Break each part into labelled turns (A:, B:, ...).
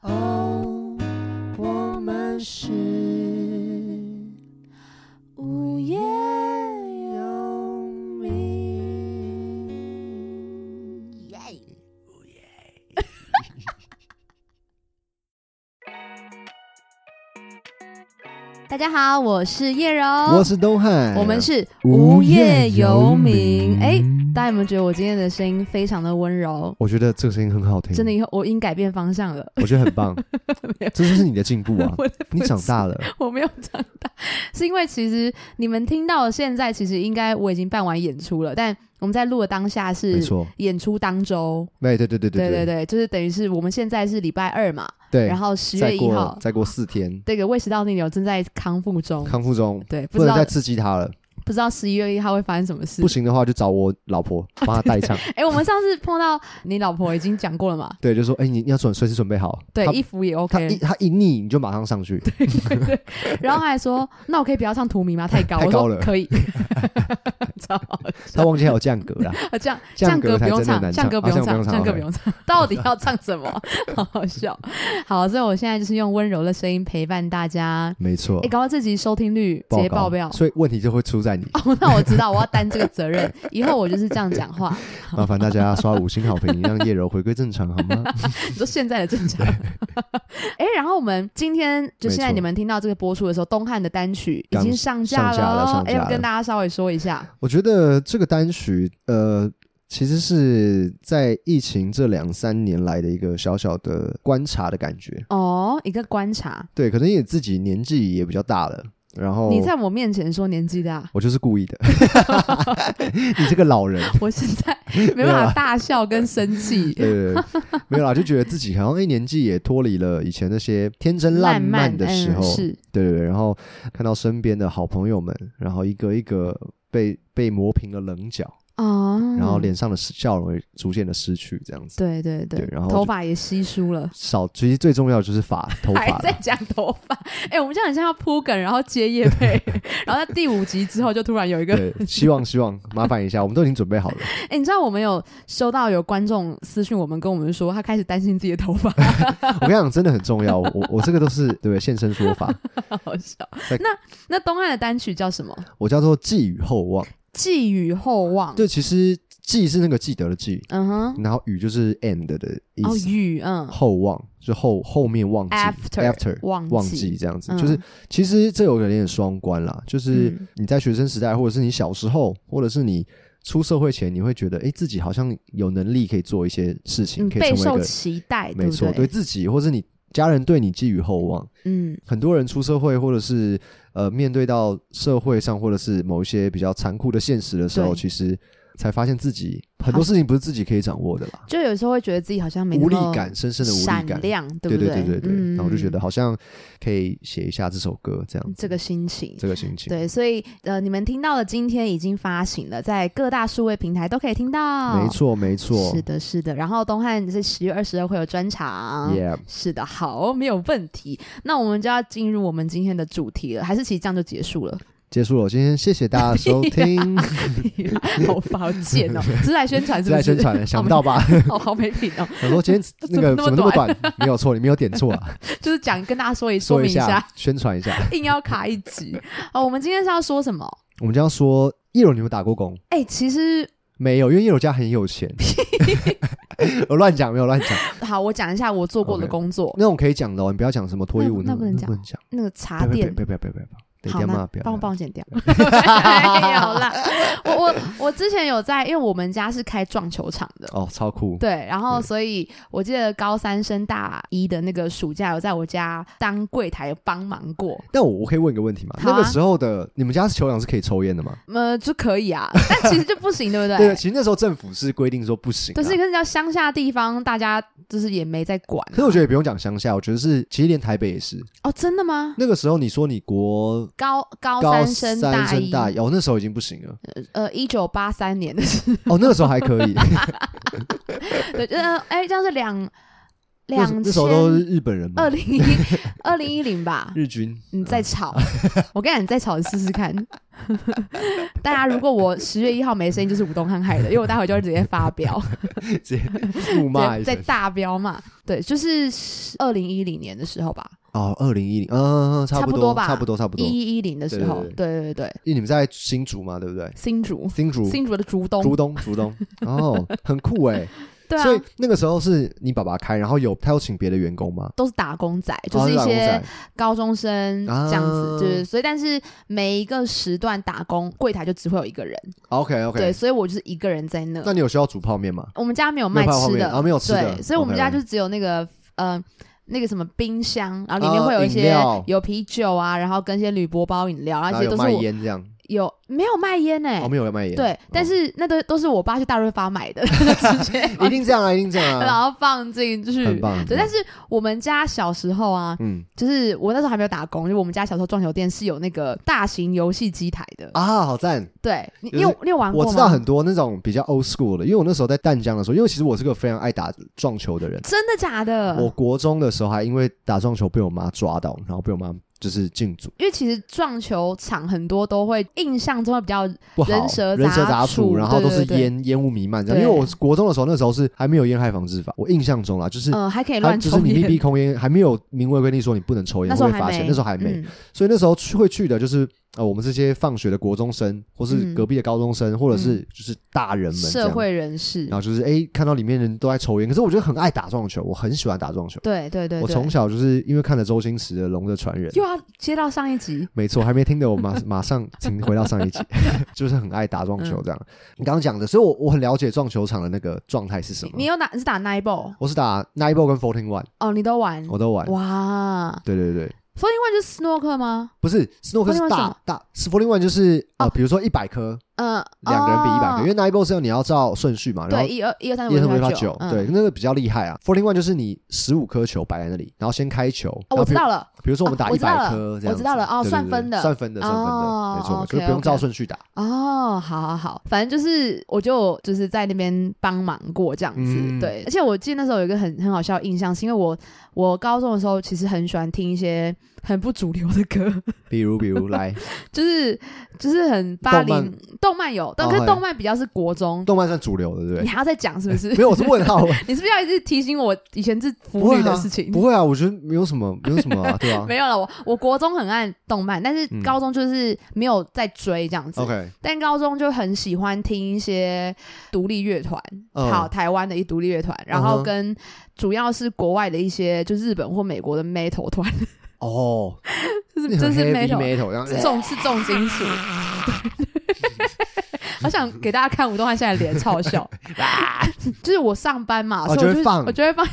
A: 哦我们是无业游民。耶！大家好，我是叶柔，
B: 我是东汉，
A: 哦我们是哎、大家有没有觉得我今天的声音非常的温柔？
B: 我觉得这个声音很好听，
A: 真的，以后我已经改变方向了。
B: 我觉得很 棒，
A: 没有
B: 这就是你的进步啊！
A: 我的
B: 你
A: 不
B: 长
A: 是
B: 大了，
A: 我没有长大，是因为其实你们听到的现在，其实应该我已经办完演出了，但我们在录的当下
B: 没
A: 是
B: 错，
A: 演出当周，
B: 哎，对对对
A: 对
B: 对
A: 对，就是等于是我们现在是礼拜二嘛，
B: 对，
A: 然后十月
B: 再
A: 一
B: 过
A: 号，
B: 再过四天，
A: 这个胃食道逆流正在康复中，
B: 康复中，
A: 对，不
B: 不
A: 知
B: 能
A: 道
B: 再刺激他了，
A: 不知道十一月一号会发生什么事
B: 不。行的话就找我老 婆帮他代唱，
A: 哎、我们上次碰到你老婆已经讲过了嘛，
B: 对，就说哎，你你要准随时准备好，
A: 对，
B: 他
A: 衣服也
B: 他
A: OK，
B: 一他一腻你就马上上去，
A: 然后他还说：“那我可以不要唱荼蘼吗？太高。
B: 太高
A: 我
B: 了
A: 说：“可以。” 超好
B: 他忘记还有降格啦，
A: 啊，这样这
B: 降
A: 样歌
B: 格
A: 不
B: 才
A: 用
B: 真的
A: 唱，
B: 难
A: 这样歌
B: 啊
A: 不用唱，这样
B: 降
A: 歌
B: 格
A: 不
B: 不用
A: 用唱，到底要唱什么？ 好好笑。好，所以我现在就是用温柔的声音陪伴大家。
B: 没错
A: 哎，，搞到这集收听率直接爆表。
B: 哦所以问题就会出 在你，
A: 哦，那我知道，我要担这个责任，以后我就是这样讲话。
B: 麻烦大家刷五星好评，让叶柔回归正常好吗？
A: 你说现在的正常。哎，然后我们今天就现在
B: 没错
A: 你们听到这个播出的时候，东汉的单曲已
B: 刚
A: 经上架
B: 上架了
A: 了
B: 上
A: 哦。
B: 架
A: 哎，要
B: 了
A: 跟大家稍微说一下。
B: 我觉得这个单曲，呃，其实是在疫情这两三年来的一个小小的观察的感觉。
A: 哦，一个观察。
B: 对，可能也自己年纪也比较大了，然后
A: 你在我面前说年纪大，
B: 我就是故意 的，你这个老人，
A: 我现在 没
B: 没有啊
A: 办法
B: 啦
A: 大笑跟生 气。
B: 呃，没有啦，就觉得自己好像哎年纪也脱离了以前那些天真烂漫的时候
A: 嗯、， 是
B: 对对对，然后看到身边的好朋友们，然后一个一个被被磨平了棱角，
A: 哦，
B: 然后脸上的笑容也逐渐的失去，这样子。
A: 对对对，
B: 对然后
A: 头
B: 就
A: 发也稀疏了。
B: 少，其实最重要的就是 发头
A: 还
B: 发
A: 在
B: 了。
A: 讲头发， 哎、我们这样很像要铺梗，然后接叶配， 然后在第五集之后就突然有一个，
B: 对，希望希望 麻烦一下，我们都已经准备好 了。
A: 哎、你知道我们有收到有观众私讯我们，跟我们说他开始担心自己的头发，
B: 我 跟你讲，真的很重要。我我我这个都是对不对现身说法，
A: 好笑
B: 在。
A: 那那东汉的单曲叫什么？
B: 我叫做寄予厚望。
A: 寄予厚望。
B: 对，其实寄是那个记得的寄，
A: 嗯哼，
B: 然后予就是 end 的意
A: 哦，
B: 思，
A: 予，嗯
B: 厚望就后后面忘记
A: After，忘
B: 忘
A: 记
B: 记这样子，
A: 嗯
B: 就是其实这有点双关啦，就是
A: 嗯
B: 你在学生时代，或者是你小时候，或者是你出社会前，你会觉得哎、诶自己好像有能力可以做一些事情，
A: 嗯，
B: 可以成
A: 备
B: 为
A: 受
B: 一个
A: 期待，
B: 没错，
A: 对不
B: 对
A: 对
B: 自己或是你家人对你寄予厚望。
A: 嗯
B: 很多人出社会，或者是呃面对到社会上，或者是某一些比较残酷的现实的时候，
A: 对
B: 其实才发现自己很多
A: 好
B: 事情不是自己可以掌握的啦，
A: 就有时候会觉得自己好像没那
B: 无力
A: 么
B: 感，深深的无力
A: 闪
B: 感。
A: 亮，
B: 对
A: 不
B: 对
A: 对
B: 对对，
A: 嗯嗯
B: 然后我就觉得好像可以写一下这首歌这样子，
A: 这个心情。
B: 这个心情。
A: 对，所以呃，你们听到的今天已经发行了，在各大数位平台都可以听到。
B: 没，错，没错
A: 啊是。的，啊是的。然后东汉是十月二十二会有专场。
B: Yeah，
A: 是的，好，没有问题。那我们就要进入我们今天的主题了，还是其实这样就结束了？
B: 结束了。今天谢谢大家收听，
A: 好烦，好贱哦！只是来宣传，是
B: 再
A: 不
B: 来宣
A: 是？
B: 传了，想不到吧？
A: 哦，好没品哦，
B: 想说今天那个
A: 怎
B: 怎么
A: 么
B: 那
A: 那么
B: 么短？没有错，你没有点错啊，
A: 就是讲跟大家说一说
B: 说
A: 明
B: 一
A: 一下，
B: 下，宣传一下。
A: 硬要卡一集。哦，我们今天是要说什么？
B: 我们这样说，叶柔，你有打过工？
A: 哎、其实
B: 没有，因为叶柔家很有钱。我乱讲，没有乱讲。
A: 好，我讲一下我做过的
B: OK
A: 工作
B: 那种可以讲的哦，你不要讲什么脱衣舞，
A: 那
B: 那
A: 不
B: 种
A: 能
B: 那不能讲。
A: 那个茶
B: 不要
A: 店
B: 不。要不要不要不要不要，等一
A: 好，
B: 下
A: 那
B: 嘛，不要。
A: 帮我
B: 不
A: 帮
B: 要
A: 我剪 掉。没有啦，我我我之前有在，因为我们家是开撞球场的，
B: 哦，超酷。
A: 对，然后
B: 嗯
A: 所以我记得高三升大一的那个暑假，有在我家当柜台帮忙过，
B: 但我我可以问一个问题吗？
A: 好啊
B: 那个时候的你们家是球场是可以抽烟的吗？
A: 呃，就可以 啊，但其实就不行，对不
B: 对，
A: 对？
B: 其实那时候政府是规定说不行啊。
A: 就是跟叫乡下地方，大家就是也没在管啊。
B: 可是我觉得也不用讲乡下，我觉得是其实连台北也是。
A: 哦，真的吗？
B: 那个时候你说你国
A: 高高
B: 高
A: 三
B: 三
A: 升
B: 升
A: 一，
B: 大一，哦，那时候已经不行了。
A: 呃，一九八三年的时
B: 哦，那个时候还可以，
A: 候，对，呃，哎，这样是两
B: 那时
A: 两
B: 那时候都是
A: 千
B: 日本人嘛
A: 二，零一二零一零吧。
B: 日嗯军，
A: 你再吵，我跟你讲，你再吵，你试试看。 大家，如果我十月一号没声音，就是武东汉害的，因为我待会就会直接发飙，
B: 直接 怒骂一
A: 在
B: 声。
A: 大飙嘛。对，就是二零一零年的时候吧，
B: 哦，二零一零，嗯，差
A: 差不
B: 不
A: 多
B: 多，
A: 吧
B: 差不多，差不多。
A: 一
B: 因
A: 一一零的时候，
B: 对
A: 对对对对，
B: 为你们在新竹嘛，对不对？
A: 新竹，
B: 新竹，
A: 新竹的竹东，
B: 竹东，竹东， 哦，很酷哎。
A: 对啊
B: 所，以那个时候是你爸爸开，然后有他有请别的员工吗？
A: 都是打工仔，就
B: 哦
A: 是一
B: 打工
A: 些
B: 仔
A: 高中生
B: 啊
A: 这样子，就是所以，但是每一个时段打工柜台就只会有一个人，
B: OK
A: 对，
B: OK。
A: 所以我就是一个人在那。
B: 那你有需要煮泡面吗？
A: 我们家没有
B: 没
A: 卖
B: 有泡泡
A: 吃
B: 面
A: 的，
B: 啊，没有吃的。
A: 对，所以我们家
B: OK，OK
A: 就是只有那个呃那个什么冰箱，然后里面
B: 哦
A: 会有一
B: 饮
A: 些
B: 料
A: 有啤酒啊，然后跟一些铝箔包饮料，然
B: 然
A: 后
B: 后有
A: 这些都
B: 卖
A: 是我
B: 烟这样，
A: 有没有卖烟呢、欸
B: 哦，没有卖烟，
A: 对
B: 哦，
A: 但是那都都是我爸去大润发买 的，直接
B: 一定这样啊，一定这 样
A: 然
B: 啊，
A: 后放进去。
B: 很棒。很
A: 对，
B: 棒
A: 但是我们家小时候啊，
B: 嗯
A: 就是我那时候还没有打工，就我们家小时候撞球店是有那个大型游戏机台的。
B: 啊，好赞！
A: 对你，
B: 就是
A: 你有你有玩过
B: 我
A: 吗？
B: 知道很多那种比较 old school 的，因为我那时候在淡江的时候，因为其实我是个非常爱打撞球的人。
A: 真的假的？
B: 我国中的时候还因为打撞球被我妈抓到，然后被我妈就是禁足，
A: 因为其实撞球场很多都会印象中会比较
B: 不好，
A: 人蛇杂
B: 杂
A: 处
B: 处，然后都是
A: 对对对
B: 烟烟雾弥漫这样。
A: 对
B: 因为我国中的时候，那时候是还没有烟害防治法，我印象中啦，就是
A: 嗯，还可以
B: 还
A: 乱
B: 啊就是
A: 抽
B: 你密
A: 烟。
B: 闭空烟，还没有明文规定说你不能抽烟
A: 那时候
B: 会
A: 还
B: 被罚
A: 没
B: 钱，，那时候还没，
A: 嗯
B: 所以那时候去会去的就是呃我们这些放学的国中生，或是
A: 嗯
B: 隔壁的高中生，或者是就是大人们这
A: 社
B: 样
A: 会人士
B: 然。后就是哎、诶看到里面人都在抽烟，可是我觉得很爱打撞球，我很喜欢打撞球。
A: 对对对，
B: 我
A: 对
B: 从小就是因为看了周星驰的《龙的传人》，
A: 又要接到上一集，
B: 没错，还没听的我马 马上请回到 上一集，就是很爱打撞球
A: 嗯
B: 这样。你刚刚讲的，所以我我很了解撞球场的那个状态是什
A: 你
B: 么
A: 你。有打你是打 nine ball
B: 我是打 nine ball 跟 fourteen one，
A: 哦，你都玩
B: 我都玩。
A: 哇
B: 对对对，
A: ，fourteen one 就是 snorkel 吗？
B: 不是 snooker
A: Fourteen
B: 是
A: one 什
B: 大
A: 么
B: 大是 fourteen one 就是啊、呃
A: 哦
B: 比如说一百颗，
A: 嗯，
B: 两个人比一百颗，因
A: 为
B: 为 nine ball 是要你要照顺序嘛，然后
A: 对一二一二三
B: 夜
A: 四
B: 特
A: 五
B: 会
A: 六
B: 到
A: 七
B: 九
A: 九，，嗯
B: 对，，那个比较厉害啊。Fourteen one 就是你十五颗球摆在那里，然后先开球，
A: 哦，
B: 然
A: 我
B: 后比
A: 知
B: 如
A: 道了，
B: 比如说我们
A: 啊
B: 打
A: 我
B: 一
A: 知道
B: 百
A: 了
B: 颗这样子，
A: 我知道了
B: 对
A: 哦
B: 对对
A: 算分的
B: 算分的，算分
A: 哦
B: 的，没错，
A: OK，
B: 就不用
A: OK
B: 照顺序打。
A: 哦，好好好，反正就是我就就是在那边帮忙过这样子，
B: 嗯
A: 对。而且我记得那时候有一个很很好笑的印象，是因为我我高中的时候其实很喜欢听一些很不主流的歌，
B: 比如，比如 来，
A: 就是就是很八
B: 动漫
A: 零动漫有，但
B: 哦
A: 可是
B: 嘿
A: 动漫比较是国中，
B: 动漫算主流的，对不
A: 你
B: 对？
A: 还要再讲是不是？
B: 没有，我是问号，
A: 你是不是要一直提醒我以前是
B: 不
A: 腐
B: 会
A: 女的
B: 啊
A: 事情？
B: 不会啊，我觉得没有什么，没有什么啊，对吧
A: 没有了，我我国中很爱动漫，但是
B: 嗯
A: 高中就是没有在追这样子。
B: ？OK，
A: 但高中就很喜欢听一些独立乐团，
B: 嗯
A: 好，台湾的一独立乐团，然
B: 嗯
A: 后
B: 哼
A: 跟主要是国外的一些，就日本或美国的 metal 团，
B: 哦，
A: 就是
B: 那
A: 就
B: 很
A: 是
B: heavy
A: metal，
B: metal，然后
A: 是重是重金 属。我想给大家看吴东汉现在的脸，超 好笑。就是我上班嘛，
B: 哦
A: 所以
B: 就
A: 我
B: 会
A: 就
B: 放
A: 我就会放，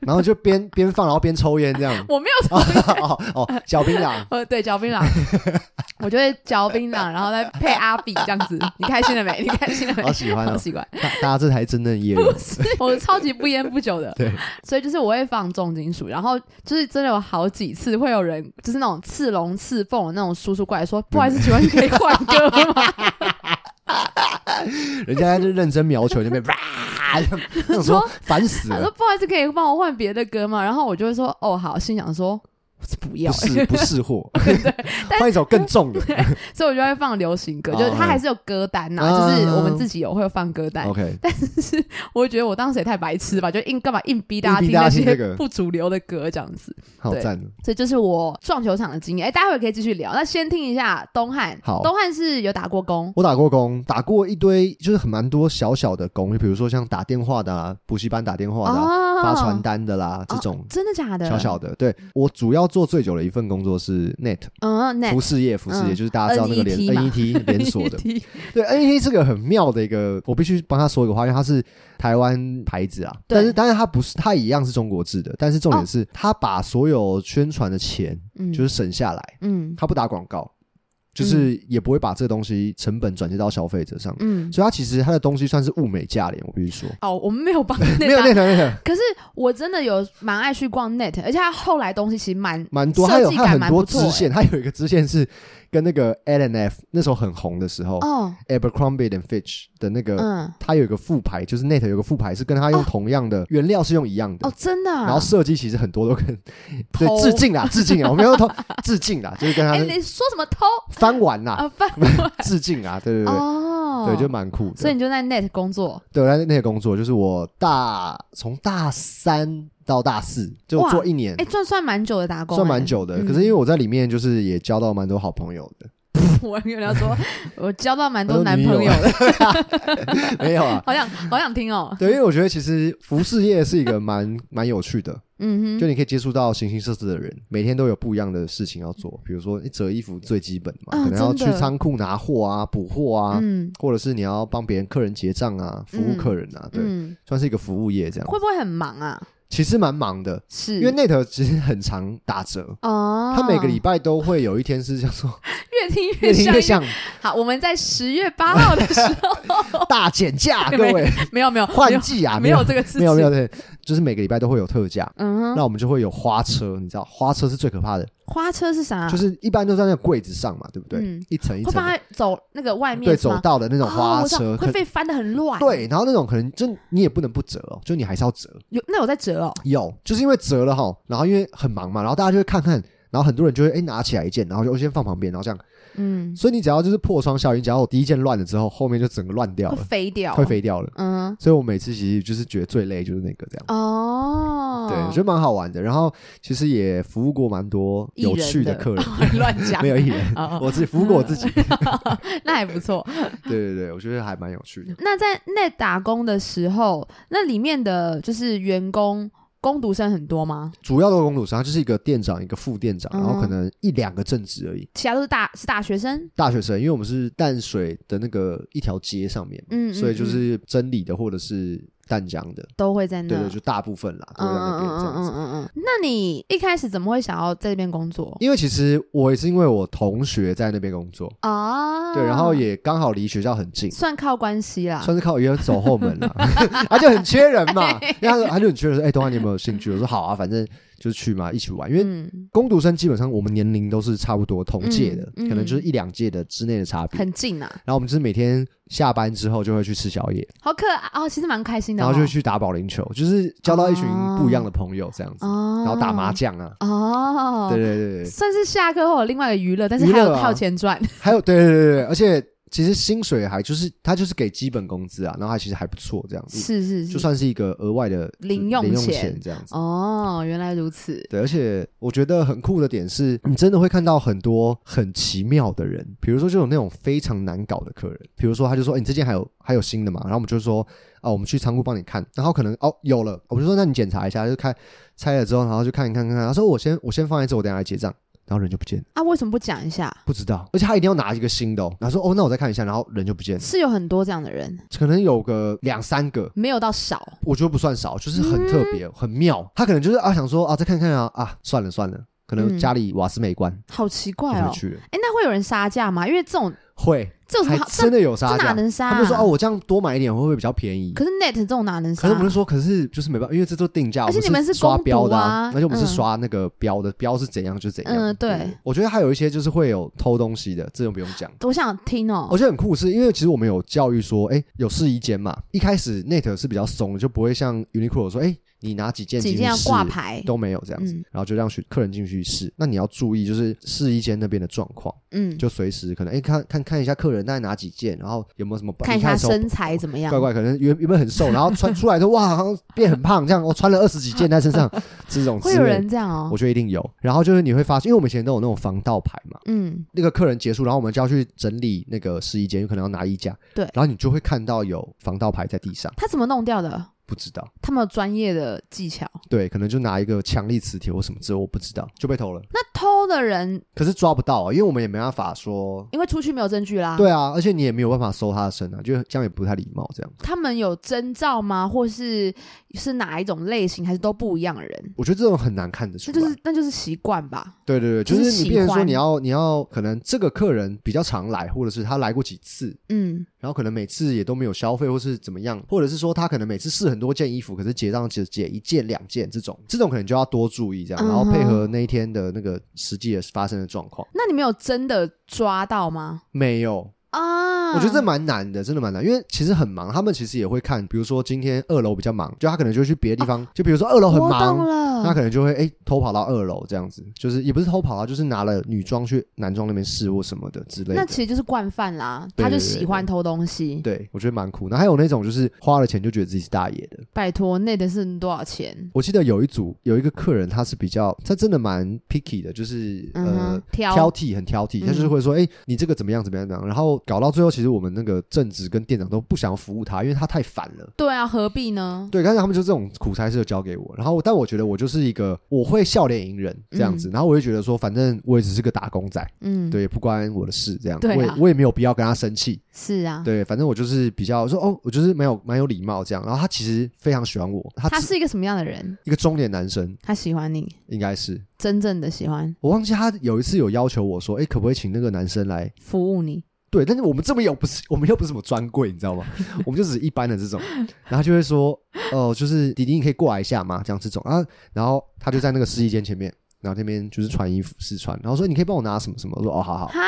B: 然后就边边放，然后边抽烟这样
A: 。我没有
B: 哦哦哦，小兵 啊，
A: 呃，对，嚼 槟榔，我就会嚼槟榔，然后再配阿比这样子。你开心了没？你开心了没
B: 好？喜欢
A: 好
B: 啊！
A: 奇怪，
B: 大大家这台真正业
A: 不
B: 务，
A: 是，我超级不烟不酒的，
B: 对，
A: 所以就是我会放重金属，然后就是真的有好几次会有人就是那种刺龙刺凤的那种叔叔过来说，不好意思，请问你可以换 歌
B: 啊
A: 吗？
B: 人家就认真瞄球，那边哇，这样那种说烦死
A: 他说
B: 了，
A: 不好意思，可以帮我换别的歌吗？然后我就会说哦好，心想说 我是不要
B: 不、
A: 欸，
B: 是不是货， 换一首更重的。
A: 所以我就会放流行歌，
B: 哦
A: 就是他还是有歌单呐、
B: 嗯
A: 就是我们自己有会有放歌单。
B: OK，
A: 我会觉得我当时也太白痴吧，就硬干嘛硬逼大
B: 硬
A: 家听
B: 逼大
A: 那
B: 家听这
A: 些
B: 个
A: 不主流的歌这样子，
B: 好
A: 对
B: 赞哦。
A: 所以就是我撞球场的经验。哎，待会可以继续聊，那先听一下东汉。
B: 好
A: 东汉是有打过工，
B: 我打过工，打过一堆，就是很蛮多小小的工，就比如说像打电话的啊，补习班打电话的啊、
A: 哦
B: 发传单的啦，这种
A: 真的假的？
B: 小小的。对我主要做最久的一份工作是 Net
A: 嗯，那
B: 服饰业，服饰业、
A: 嗯
B: 就是大家知道那个连
A: NET 嘛
B: NET 连锁的。
A: NET
B: 对 NET 这个很妙的一个，我必须帮他说一个话，因为它是台湾牌子啊，
A: 对哦
B: 但是当然它不是，它一样是中国制的，但是重点是、它把所有宣传的钱
A: 嗯，
B: 就是省下来，
A: 嗯
B: 它不打广告。就是也不会把这个东西成本转接到消费者上。
A: 嗯，
B: 所以它其实它的东西算是物美价廉，我必须说，
A: 哦，我们没有帮那
B: 没有
A: 家
B: 那条那条
A: 可是我真的有蛮爱去逛 Net，而且它后来东西其实蛮
B: 蛮多，
A: 设
B: 它有
A: 计
B: 它
A: 感
B: 有很
A: 蛮
B: 多
A: 不错欸
B: 支线，它有一个支线是跟那个 L N F 那时候很红的时候、
A: 哦，
B: a b e r c r o m b i e and Fitch 的那个，
A: 嗯，
B: 它有一个副牌，就是 Net 有一个副牌是跟它用
A: 哦
B: 同样的、原料是用一样的。
A: 哦，真的啊、
B: 然后设计其实很多都跟对
A: 偷
B: 致敬啦，致敬啊，我没有偷 致敬啦，就是跟
A: 哎、
B: 他
A: 你说什么偷
B: 翻完啦，
A: 啊？翻
B: 致敬啊，对对对，
A: 哦，
B: 对就蛮酷的。
A: 所以你就在 Net 工作，
B: 对，那那个工作就是我大从大三到大四，就
A: 哇
B: 做一年
A: 哎、，算算蛮久的打工、
B: 算蛮。久的。
A: 嗯
B: 可是因为我在里面就是也交到蛮多好朋友的，
A: 我跟人家说，我交到蛮多
B: 很多
A: 男
B: 女
A: 朋
B: 友
A: 友的，
B: 没有啊。
A: 好想好想听哦。
B: 对，因为我觉得其实服饰业是一个蛮蛮有趣的，
A: 嗯
B: 就
A: 哼，
B: 你可以接触到形形色色的人，每天都有不一样的事情要做。比如说，你折衣服最基本嘛，
A: 啊
B: 可能要
A: 真
B: 去
A: 的
B: 仓库拿货啊、补货啊，
A: 嗯
B: 或者是你要帮别人客人结账啊，服务
A: 嗯
B: 客人啊，对，
A: 嗯，
B: 算是一个服务业这样。
A: 会不嗯会很忙啊？
B: 其实蛮忙的，
A: 是，
B: 因为 Net 其实很常打折，
A: 哦，
B: 他每个礼拜都会有一天是叫 做
A: 越听
B: 越听
A: 像。
B: 越像，
A: 好，我们在十月八号的时候
B: 大减价， 各
A: 对
B: 位
A: 没有没有没
B: 换
A: 有
B: 季啊，
A: 没
B: 没有
A: 有这个事情，
B: 没有没有，对，就是每个礼拜都会有特价。
A: 嗯哼，
B: 那我们就会有花车，你知道花车是最可怕的，
A: 花车是啥？
B: 就是一般都在那个柜子上嘛，对不对？
A: 啊嗯
B: 一层一
A: 会
B: 层
A: 帮
B: 的，
A: 他走那个外面
B: 对，
A: 是吗
B: 走道的那种
A: 哦
B: 花
A: 我知道
B: 车，
A: 会
B: 可
A: 被翻的很乱。
B: 对，，然后那种可能就你也不能不折哦，就你还是要折，
A: 有那有在折哦，
B: 有，就是因为折了哈，然后因为很忙嘛，然后大家就会看看，然后很多人就会哎拿起来一件，然后就先放旁边，然后这样，
A: 嗯，
B: 所以你只要就是破窗效应，只要我第一件乱了之后，后面就整个乱掉
A: 会
B: 了，
A: 飞掉，
B: 会，飞掉了。
A: 嗯，
B: 所以我每次其实就是觉得最累就是那个这样，
A: 哦，
B: 对，我觉得蛮好玩的。然后其实也服务过蛮多
A: 艺人
B: 有趣的
A: 的
B: 客人，
A: 乱讲，
B: 没有艺人，
A: 哦，哦
B: 我自己服务过我自 己。
A: 那还不错。
B: 对对对，我觉得还蛮有趣的。
A: 那在那打工的时候，那里面的就是员工工读生很多吗？
B: 主要的公主商就是一个店长，一个副店长，然后可
A: 嗯
B: 能一两个正职而已。
A: 其他都是大是大学生，
B: 大学生，因为我们是淡水的那个一条街上面嘛，
A: 嗯，嗯
B: 所以就
A: 嗯
B: 是真理的或者是淡江的，
A: 都会在那，
B: 对对，就大部分啦，都
A: 嗯
B: 会在那
A: 嗯
B: 边
A: 嗯
B: 这
A: 嗯
B: 样子。
A: 嗯嗯嗯。那你一开始怎么会想要在这边工作
B: 因为其实我也是因为我同学在那边工作，
A: 啊？
B: 对，然后也刚好离学校很近，
A: 算靠关系啦。
B: 算是靠也走后门 啦， 他就很缺人嘛，然后他就很缺人说，哎，东汉你有没有兴趣？我说好啊，反正就是去嘛，一起玩，因为。
A: 嗯，
B: 工读生基本上我们年龄都是差不多同届的，
A: 嗯嗯
B: 可能就是一两届的之内的差别。
A: 很近啊，
B: 然后我们就是每天下班之后就会去吃宵夜，
A: 好可爱哦，其实蛮开心的
B: 然
A: 哦、
B: 后就去打保龄球，就是交到一群
A: 哦
B: 不一样的朋友这样子，
A: 哦，
B: 然后打麻将啊，
A: 哦，
B: 对对对对，
A: 算是下课后有另外一个娱乐，但是
B: 娱
A: 还有
B: 乐啊
A: 还有钱赚，
B: 还有对对对对，而且其实薪水还就是他就是给基本工资啊，然后还其实还不错这样子，
A: 是是是，
B: 就算是一个额外的
A: 零用
B: 零用
A: 钱
B: 钱这样子。
A: 哦，原来如此，
B: 对，而且我觉得很酷的点是，你真的会看到很多很奇妙的人，比如说就有那种非常难搞的客人，比如说他就说，哎、你这件还有还有新的嘛？然后我们就说，啊，我们去仓库帮你看，然后可能哦有了，我们就说那你检查一下，就开拆了之后，然后就看一看看看，他说我先我先放在这，我等一下来结账，然后人就不见了，
A: 啊，为什么不讲一下？
B: 不知道，而且他一定要拿一个新的、哦，然后说哦那我再看一下，然后人就不见了，
A: 是有很多这样的人，
B: 可能有个两三个，
A: 没有到少，
B: 我觉得不算少，就是很特别、很妙，他可能就是啊想说啊再看看啊啊算了算了。可能
A: 嗯
B: 家里瓦斯没关，
A: 好奇怪
B: 就
A: 哦
B: 会。去了，
A: 哎，那会有人杀价吗？因为这种
B: 会
A: 这有什
B: 还
A: 么好？
B: 真
A: 这
B: 的有杀
A: 这哪
B: 价。
A: 能杀、
B: 他
A: 啊？
B: 们就说哦，我这样多买一点会不会比较便宜？
A: 可是 Net 这种哪能
B: 可
A: 杀啊
B: 是？我们就说，可是就是没办法，因为这都定价，
A: 而且
B: 我
A: 你们
B: 是
A: 是
B: 刷
A: 公
B: 标的
A: 读啊
B: 而且我们是
A: 嗯
B: 刷那个标的，标是怎样就怎样。
A: 嗯对
B: 我觉得还有一些就是会有偷东西的，这种不用讲。
A: 我想听哦
B: 我。觉得很酷是，因为其实我们有教育说，哎，有试衣间嘛，一开始 Net 是比较松的，就不会像 Uniqlo 说，哎，你拿几件
A: 几
B: 进去
A: 件要
B: 试
A: 挂牌，
B: 都没有这样子
A: 嗯，
B: 然后就让学客人进去试。那你要注意，就是试衣间那边的状况。
A: 嗯，
B: 就随时可能哎、诶看看看一下客人大概哪几件，然后有没有什么
A: 看一
B: 你
A: 下
B: 的时候
A: 身材怎么样
B: 怪。怪，可能原原本很瘦，然后穿出来的哇，好像变很胖这样，我、穿了二十几件在身 上，这种
A: 会
B: 之
A: 有
B: 类的
A: 人这样哦
B: 我。觉得一定有。然后就是你会发现，因为我们以前都有那种防盗牌嘛，
A: 嗯，
B: 那个客人结束，然后我们就要去整理那个试衣间，有可能要拿衣架，
A: 对
B: 然后你就会看到有防盗牌在地上，
A: 他怎么弄掉的？
B: 不知道，
A: 他们有专业的技巧。
B: 对，可能就拿一个强力磁铁或什么之类，我不知道就被偷了。
A: 那偷的人，
B: 可是抓不到啊，因为我们也没办法说。
A: 因为出去没有证据啦，
B: 对啊，而且你也没有办法搜他的身啊，就这样也不太礼貌。这样，
A: 他们有征兆吗？或是是哪一种类型，还是都不一样的人？
B: 我觉得这种很难看得出
A: 那
B: 来。
A: 就是那就是习惯吧。
B: 对对对，
A: 就
B: 就是是你
A: 喜
B: 变成说
A: 欢
B: 你要你要可能这个客人比较常来，或者是他来过几次，
A: 嗯，
B: 然后可能每次也都没有消费，或是怎么样，或者是说他可能每次试很多件衣服，可是结账只结一件两件这种，这种可能就要多注意这样，然后
A: 嗯哼
B: 配合那一天的那个实际的发生的状况。
A: 那你们有真的抓到吗？
B: 没有，
A: 啊，
B: 我觉得这蛮难的，真的蛮难，因为其实很忙，他们其实也会看，比如说今天二楼比较忙，就他可能就去别的地
A: 哦
B: 方，就比如说二楼
A: 我
B: 很
A: 懂
B: 忙，那
A: 了。
B: 可能就会哎、偷跑到二楼这样子，就是也不是偷跑啊，就是拿了女装去男装那边试或什么的之类
A: 那
B: 的。
A: 其实就是惯犯啦，
B: 对
A: 他就
B: 对对
A: 喜欢偷东西。
B: 对，我觉得蛮酷。那还有那种就是花了钱就觉得自己是大爷的。
A: 拜托，那得是多少钱？
B: 我记得有一组有一个客人，他是比较他真的蛮 picky 的，就是、
A: 嗯
B: 呃
A: 哼，挑
B: 挑剔，很挑剔。他就是
A: 嗯
B: 会说：“哎、你这个怎么样？怎么样？怎么样？”然后搞到最后，其实我们那个正职跟店长都不想服务他，因为他太烦了。
A: 对啊，何必呢？
B: 对，但是他们就这种苦差事就交给我，然后但我觉得我就是一个我会笑脸迎人这样子，然后我就觉得说，反正我也只是个打工仔，
A: 嗯，，
B: 对，不关我的事这样，
A: 对啊
B: 我也我也没有必要跟他生气，
A: 是啊，
B: 对，反正我就是比较说哦，我就是蛮有蛮有礼貌这样，然后他其实非常喜欢我，他
A: 他
B: 只
A: 是一个什么样的人？
B: 一个中年男生，
A: 他喜欢你，
B: 应该是
A: 真正的喜欢，
B: 我忘记他有一次有要求我说，哎，可不可以请那个男生来？
A: 服务你。
B: 对，但是我们这么有不是，我们又不是什么专柜，你知道 吗？我们就只是一般的这种，然后他就会说，哦、就是弟弟，你可以过来一下嘛，这样这种啊，然后他就在那个试衣间前面，然后那边就是穿衣服试穿，然后说你可以帮我拿什么什么，我说哦，好好，
A: 哈，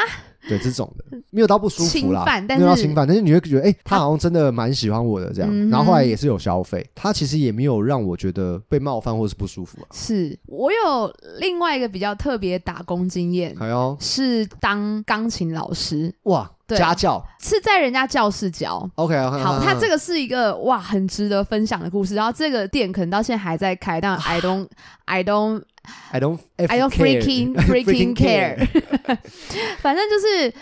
B: 对这种的，没有到不舒服啦
A: 侵犯，但
B: 没有到
A: 是
B: 侵犯，但是你会觉得，哎、他
A: 他
B: 好像真的蛮喜欢我的这样，
A: 嗯哼
B: 然后后来也是有消费，他其实也没有让我觉得被冒犯或是不舒服啊，
A: 是我有另外一个比较特别的打工经验，
B: 哎呦，
A: 是当钢琴老师，
B: 哇，
A: 对
B: 家教
A: 是在人家教室教。
B: ，OK，
A: 好，他这
B: 个
A: 个是一个哇，很值得分享的故事。然后这个店可能到现在还在开，但 I don't I don't
B: I don't
A: I don't freaking freaking care。反正就是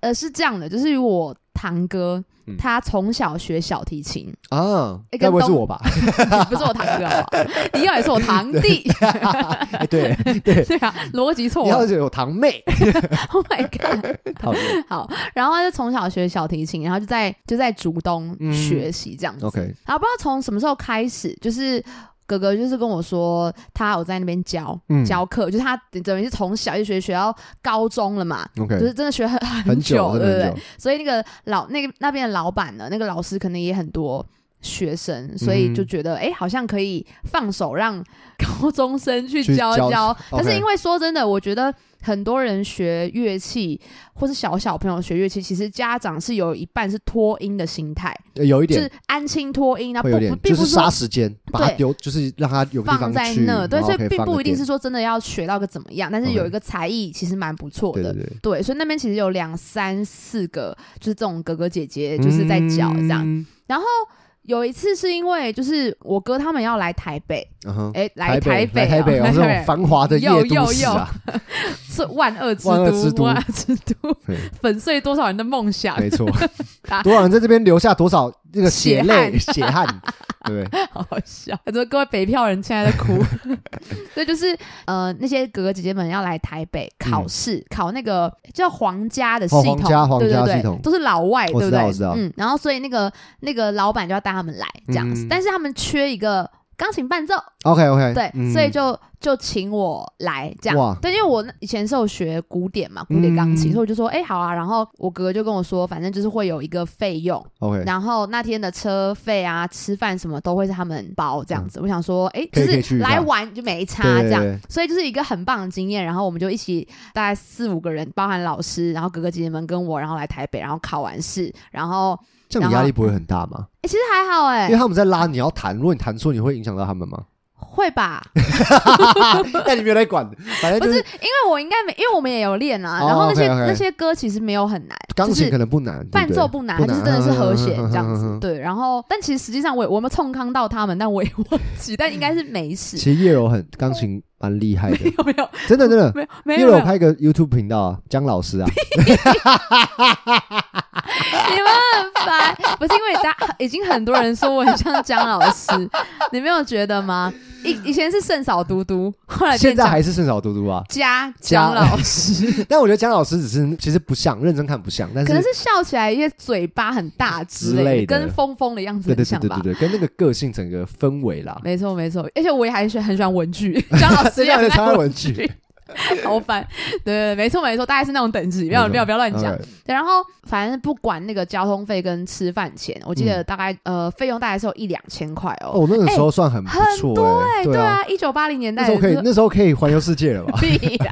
A: 呃是这样的，就是我堂哥
B: 嗯
A: 他从小学小提琴，
B: 啊，
A: 哎跟
B: 该不会是
A: 东
B: 我 吧？
A: 不是我堂哥好 不好？你要也是我堂弟，
B: 哎，对，
A: 对啊，逻辑错
B: 你要
A: 了。
B: 是有堂 妹，
A: Oh my god！
B: 讨 厌。
A: 好，然后他就从小学小提琴，然后就在就在竹东
B: 嗯
A: 学习这样子。
B: OK，
A: 然后不知道从什么时候开始，就是哥哥就是跟我说，他有在那边教、
B: 嗯
A: 教课，就是他等于是从小就学学到高中了嘛，
B: OK，
A: 就是真的学很
B: 很
A: 久，
B: 真
A: 对不
B: 的
A: 对
B: 很？久，
A: 所以那个老那个那边的老板呢，那个老师可能也很多。学生，所以就
B: 嗯
A: 觉得哎、诶好像可以放手让高中生去
B: 去
A: 教一
B: 教
A: 教。但是
B: OK
A: 因为说真的，我觉得很多人学乐器，或是小小朋友学乐器，其实家长是有一半是脱音的心态，
B: 呃有一
A: 就
B: 点
A: 是安亲脱音，那不
B: 会有
A: 不
B: 点，
A: 并
B: 就
A: 不
B: 是
A: 是说
B: 杀时间，把它
A: 对
B: 丢，就是让它有个地
A: 放
B: 方
A: 在
B: 去，
A: 那，对，
B: 然后
A: 所以
B: 可以
A: 并
B: 放个
A: 不一定
B: 点
A: 是说真的要学到个怎么样，但是有
B: OK
A: 一个才艺其实蛮不错
B: 对
A: 的。
B: 对对，
A: 对，所以那边其实有两三四个，就是这种哥哥姐姐，就是在教这样。
B: 嗯
A: 有一次是因为就是我哥他们要来台北，
B: 嗯哼，
A: 哎、来台
B: 北，来
A: 台
B: 台北，哦
A: 来
B: 这种
A: 台
B: 繁华的夜
A: 又
B: 都
A: 又
B: 市啊，
A: 北是万恶之
B: 万恶之
A: 都，
B: 都
A: 万恶之都，
B: 对，
A: 粉碎多少人的梦想，
B: 没错
A: 打，
B: 多少人在这边留下多少这个血
A: 血
B: 泪、血汗，对不对？
A: 好好笑。很多各位北漂人现在 在哭，所以就是呃，那些哥哥姐姐们要来台北考试，考那个叫皇家的系
B: 嗯哦
A: 统，
B: 皇家皇
A: 对
B: 家
A: 对对，
B: 系统
A: 都是老外，
B: 我
A: 对
B: 知
A: 不
B: 道
A: 对？
B: 我知道
A: 嗯，然后所以那个那个老板就要带他们来这样子，
B: 嗯
A: 但是他们缺一个钢琴伴奏，
B: OK OK，
A: 对，所以就就请我来这
B: 哎嗯哇
A: 样。对，因为我以前是有学古典嘛，古典钢琴，
B: 嗯
A: 所以我就说，哎、好啊。然后我哥就跟我说，反正就是会有一个费用，
B: OK，
A: 然后那天的车费啊、吃饭什么都会是他们包这样子。我想说，哎、
B: 嗯可以可以
A: 就
B: 去
A: 是
B: 一
A: 来
B: 趟
A: 玩就没差
B: 对
A: 这样。
B: 对对
A: 所以就是一个很棒的经验，然后我们就一起大概四五个人，包含老师，然后哥哥姐姐们跟我，然后来台北，然后考完试，然后
B: 这样你
A: 然
B: 压
A: 后
B: 力不会很大吗？
A: 哎、其实还好哎、
B: 因为他们在拉，你要弹，如果你弹错，你会影响到他们 吗？
A: 会吧？
B: 但你没有来管，反正
A: 不，
B: 就是
A: 因
B: 是
A: 为我应该没，因为我们也有练啊。
B: 哦
A: 然后那些
B: OK，OK
A: 那些歌其实没有很难，
B: 钢
A: 就是
B: 琴可能不难，对
A: 伴
B: 不对
A: 奏不难，它
B: 不
A: 就
B: 难
A: 是真的是和
B: 嗯
A: 谐
B: 哼嗯哼
A: 这样
B: 嗯哼
A: 子。对，然后但其实实际上我也我有没有冲康到他们，但我也忘记，但应该是没事。
B: 其实叶柔很钢琴蛮厉害的，
A: 有 没有？
B: 真的真的。
A: 没有哦没
B: 叶
A: 有没
B: 柔
A: 有，
B: 开一个 YouTube 频道啊，江老师啊，
A: 你们很烦，不是因为大已经很多人说我很像姜老师， 你没有觉得吗？以以前是圣嫂嘟嘟，后来变
B: 现在
A: 成
B: 还是圣少嘟嘟啊，
A: 加
B: 加
A: 姜老师，
B: 但我觉得姜老师只是其实不像，认真看不像， 但
A: 可能是笑起来一些嘴巴很大之
B: 之
A: 类
B: 类的
A: 的，跟峰峰的样子
B: 对对
A: 很
B: 对
A: 像
B: 对
A: 吧
B: 对。对，跟那个个性整个氛围啦，
A: 没错没错，而且我也还是很喜欢文具， 姜老师
B: 这
A: 也
B: 样
A: 很
B: 的
A: 爱
B: 台湾
A: 文
B: 文具，嗯
A: 具好烦。对对对，没错没错，大概是那种等级，不要
B: 没错
A: 不要不要乱讲。
B: 呃
A: 对，然后反正不管那个交通费跟吃饭钱，我记得大概、呃费用大概是有一两千块哦。
B: 嗯哦，那个时候算很不
A: 很
B: 错哎，
A: 对
B: 对啊，
A: 啊，一九八零年
B: 那
A: 代
B: 时候可以
A: 就是
B: 那时候可以环游世界了吧？
A: 屁啦，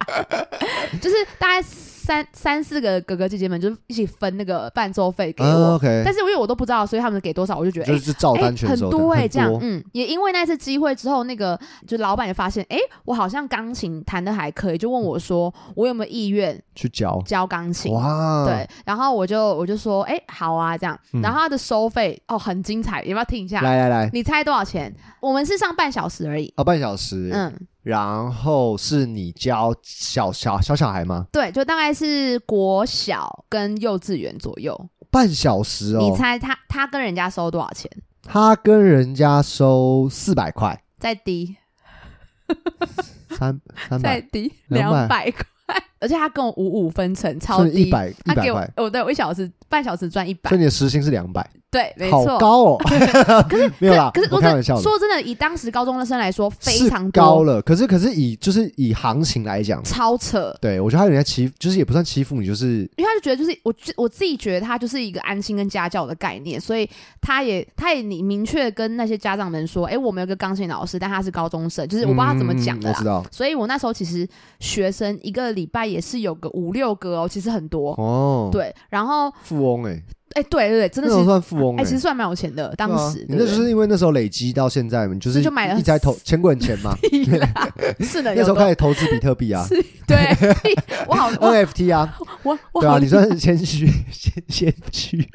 A: 就是大概三三四个哥哥姐姐们就是一起分那个伴奏费 给
B: 啊
A: 我，
B: ，OK，
A: 但是因为我都不知道，所以他们给多少我就觉得哎。
B: 就是照
A: 哎
B: 单全
A: 很
B: 收的，
A: 多哎、
B: 很
A: 这样
B: 多，
A: 嗯，也因为那次机会之后，那个就老板也发现，哎、我好像钢琴弹的还可以，就问我说，我有没有意愿
B: 去教，
A: 教钢琴？
B: 哇，
A: 对，然后我就我就说，哎、好啊，这样。
B: 嗯
A: 然后他的收费哦，很精彩，要不要听一下？
B: 来来来，
A: 你猜多少钱？我们是上半小时而已。
B: 哦，半小时，
A: 嗯，
B: 然后是你教小小小小孩吗？
A: 对，就大概是国小跟幼稚园左右。
B: 半小时
A: 你
B: 哦，
A: 猜他他跟人家收多少钱？
B: 他跟人家收四百块，
A: 再低，
B: 三三
A: 再
B: 百，
A: 低，两
B: 200
A: 百块。 而且他跟我五五分成，超
B: 是
A: 低
B: 一。百一
A: 他
B: 百
A: 给我
B: 块，，
A: 哦，对，我一小时半小时赚一百
B: 所以，你的时薪是两百，
A: 对，没
B: 好
A: 错。
B: 高哦。可是 没有啦，
A: 可是
B: 我
A: 我
B: 开
A: 真
B: 玩笑的，
A: 说真的，以当时高中生来说，非
B: 是
A: 常
B: 高
A: 多，
B: 了。可是可是以就是以行情来讲，
A: 超扯。
B: 对我觉得他有点在欺，就是也不算欺负你，就是
A: 因为他就觉得就是我自我自己觉得他就是一个安心跟家教的概念，所以他也他也你明确跟那些家长们说，哎、我们有个钢琴老师，但他是高中生，就是我不知道他怎么讲
B: 嗯
A: 的
B: 我
A: 啦。
B: 知道
A: 所以我那时候其实学生一个礼拜也是有个五六个哦，其实很多。
B: 哦，，
A: 对，然后
B: 富翁哎，
A: 哎、对对对，真
B: 那
A: 的
B: 时
A: 是
B: 候算富翁
A: 哎、
B: 哎
A: 其。实算蛮有钱的，当
B: 对啊
A: 时。
B: 你那
A: 对不
B: 就
A: 对
B: 是因为那时候累积到现在嘛，你就是
A: 就买了
B: 一直在投钱滚钱 嘛。
A: 屁啦 是的，
B: 那时候
A: 有多
B: 开始投资比特币啊
A: 是对， 屁我 好我
B: NFT 啊，
A: 我我
B: 对啊，
A: 好
B: 你算是谦啊虚， 先先去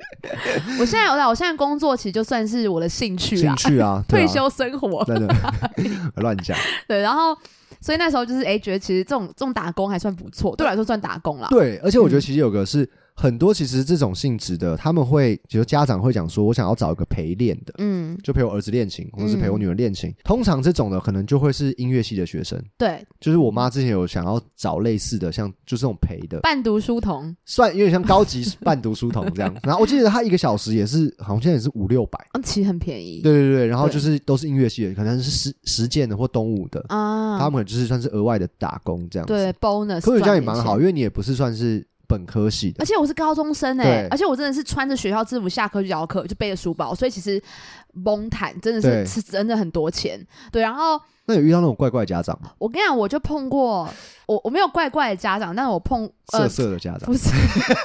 A: 我现在有啦，我现在工作其实就算是我的兴趣
B: 先，
A: 啊
B: 去啊，对啊
A: 退休生活。
B: 真的 乱讲。
A: 对，然后所以那时候就是哎、诶觉得其实这种这种打工还算不错，对我来说算打工啦。
B: 对，而且我觉得其实有个是很多，其实这种性质的，他们会，比如家长会讲说，我想要找一个陪练的。
A: 嗯，
B: 就陪我儿子练琴，或是陪我女儿练琴。通常这种的，可能就会是音乐系的学生。
A: 对，
B: 就是我妈之前有想要找类似的，像就是这种陪的，
A: 伴读书童，
B: 算有点像高级半读书童这 样。然后我记得她一个小时也是，好像现在也是五六百。
A: 嗯，其实很便宜。
B: 对对对，然后
A: 对
B: 就是都是音乐系的，可能是实实践的或动物的。
A: 啊，
B: 他们可能就是算是额外的打工这样子。
A: 对 bonus，
B: 可我觉得这样也
A: 赚
B: 蛮
A: 点
B: 好，
A: 钱。
B: 因为你也不是算是本科系的
A: 而，且我是高中生哎、
B: 对
A: 而且我真的是穿着学校制服下课去教课，就背着书包，所以其实蒙坦真的
B: 对
A: 是是真的很多钱。对，然后
B: 那有遇到那种怪怪家长吗？
A: 我跟你讲，我就碰过，我我没有怪怪的家长，但是我碰
B: 色
A: 呃
B: 色的家长
A: 不是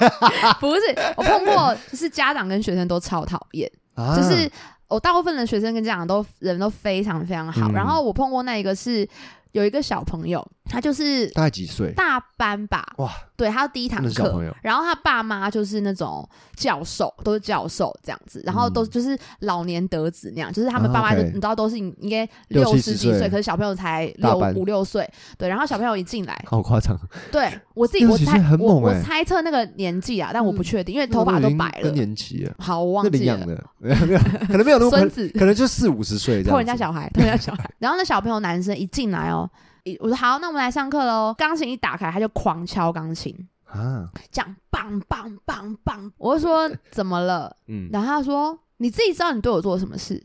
A: 不是，我碰过就是家长跟学生都超讨厌。
B: 啊，
A: 就是我大部分的学生跟家长都人都非常非常好。
B: 嗯
A: 然后我碰过那一个是有一个小朋友，他就是
B: 大概几岁？
A: 大班吧，
B: 哇，
A: 对他第一堂
B: 真的是小
A: 课
B: 朋。友，
A: 然后他爸妈就是那种教授，都是教授这样子，然后都
B: 嗯
A: 就是老年得子那样，就是他们
B: 啊
A: 爸妈就、
B: OK
A: 你知道都是应该
B: 六
A: 六
B: 七
A: 十
B: 十
A: 几
B: 岁
A: 岁，可是小朋友才
B: 大
A: 六
B: 班
A: 五六岁，对，然后小朋友一进来，
B: 好夸张，
A: 对我自己我
B: 60几
A: 猜
B: 岁很
A: 我
B: 猛
A: 我
B: 欸嗯
A: 猜测那个年纪啊，但我不确定，因为头发
B: 那
A: 都
B: 已经
A: 白
B: 更
A: 了，
B: 年期了，
A: 好我
B: 那领
A: 忘记
B: 养
A: 了，
B: 的， 没有没有，可能没有那么，可
A: 孙
B: 能
A: 子
B: 可能就四五十岁这样子，
A: 偷人家小 孩，偷人家小孩。然后那小朋友男生一进来哦，一我说好，那我们来上课喽。钢琴一打开，他就狂敲钢琴，
B: 啊，
A: 这样棒棒棒棒。我就说怎么了？
B: 嗯
A: 然后他说你自己知道你对我做了什么事。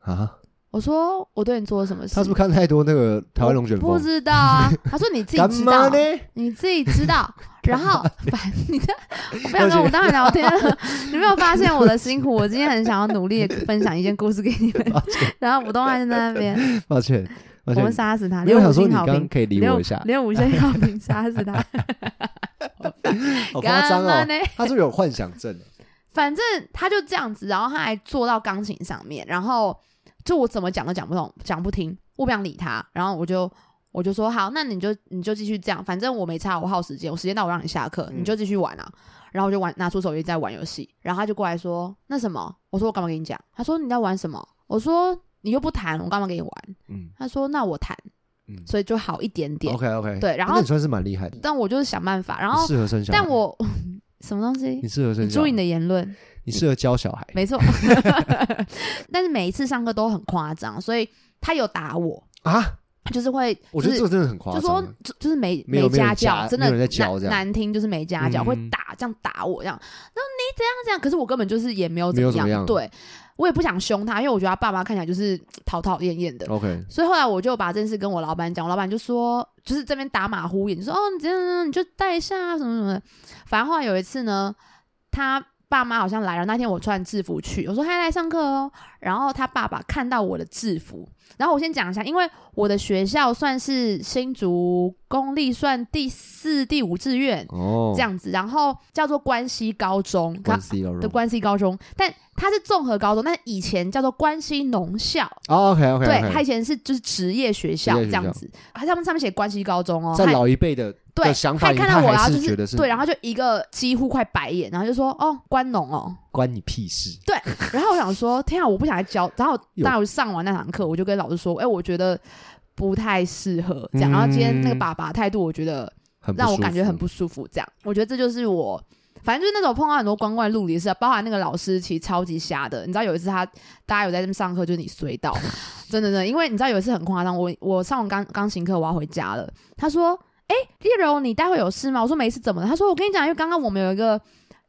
B: 啊，
A: 我说我对你做了什么事？
B: 他是不是看太多那个台湾龙卷
A: 不
B: 风？
A: 知道啊。他说你自己
B: 干
A: 知
B: 嘛
A: 道
B: 呢，？
A: 你自己 知道。然后反你的，我不想
B: 而且
A: 跟武当人聊天了。 你没有发现我的辛苦？我今天很想要努力地分享一件故事给你们。然后武东汉就在那边，
B: 抱歉，抱
A: 我们
B: 歉，
A: 杀死他。
B: 没有我想
A: 留五
B: 说
A: 星
B: 你
A: 好
B: 刚
A: 评
B: 刚。可以理
A: 留
B: 我一下，
A: 连五星好评杀死他，
B: 好夸张
A: 干嘛
B: 哦，
A: 呢？
B: 他是不是有幻想症，啊
A: 反正他就这样子，然后他还坐到钢琴上面，然后就我怎么讲都讲不懂，讲不听，我不想理他，然后我就。我就说好，那你就你就继续这样，反正我没差，我耗时间，我时间到我让你下课，
B: 嗯
A: 你就继续玩啊。然后我就玩，拿出手机在玩游戏，然后他就过来说那什么，我说我干嘛跟你讲？他说你在玩什么？我说你又不弹，我干嘛跟你玩？
B: 嗯
A: 他说那我弹，
B: 嗯
A: 所以就好一点点。
B: 哦，OK OK，
A: 对然后
B: 那你算是蛮厉害的，
A: 但我就是想办法，然后
B: 适合生小孩，
A: 但我什么东西
B: 你？适合生
A: 你
B: 小
A: 注
B: 孩
A: 意你，的言论，
B: 你适合教小孩。
A: 没错。 但是每一次上课都很夸张，所以他有打我，
B: 啊，
A: 就是会，
B: 我觉
A: 就
B: 得
A: 是
B: 这个真的很夸
A: 就
B: 张。啊
A: 说就就是没
B: 没有没有
A: 家
B: 人
A: 教，
B: 夹
A: 真
B: 没
A: 的
B: 有人在教
A: 难
B: 这样
A: 难听，就是没家教，
B: 嗯
A: 会打这样打我这样。然后你怎样这样，可是我根本就是也没有怎
B: 没有
A: 么
B: 怎
A: 样，
B: 么样
A: 对我也不想凶他，因为我觉得他爸妈看起来就是嘖讨讨厌厌的。
B: OK，
A: 所以后来我就把这件事跟我老板讲，我老板就说，就是这边打马虎眼，就说哦，你这样你就带一下啊，什么什么的。反正后来有一次呢，他爸妈好像来了，那天我穿制服去，我说嗨，来上课哦。然后他爸爸看到我的制服，然后我先讲一下，因为我的学校算是新竹公立，算第四、第五志愿
B: 哦，
A: 这样子，然后叫做关西高中，嗯它
B: 关系了
A: 的关西高中，但它是综合高中，但以前叫做关西农校。
B: 哦，OK OK，
A: 对，他以前是就是职业学校
B: 职业
A: 这
B: 学
A: 样
B: 校
A: 子，他上面上面写关西高中哦，
B: 在
A: 他
B: 老一辈的
A: 对
B: 的想法
A: 他
B: 里
A: 看
B: 面，
A: 到我，然
B: 还
A: 后
B: 是
A: 就
B: 觉得
A: 是
B: 是
A: 对，然后就一个几乎快白眼，然后就说哦关 农哦，
B: 关你屁事，
A: 然后我想说天啊，我不想来教，然后
B: 有
A: 当我上完那堂课，我就跟老师说，哎，我觉得不太适合这样，然后今天那个
B: 嗯
A: 爸爸态度，我觉得
B: 很不
A: 让我
B: 舒
A: 感觉
B: 服
A: 很不舒服，这样，我觉得这就是我。反正就是那种碰到很多光怪陆离的事啊，包含那个老师其实超级瞎的。你知道有一次他大家有在这边上课，就是你随 到，真的真的，因为你知道有一次很夸张，我我上完钢钢琴课我要回家了，他说：“哎、叶柔，你待会有事吗？”我说：“没事，怎么了？”他说：“我跟你讲，因为刚刚我们有一个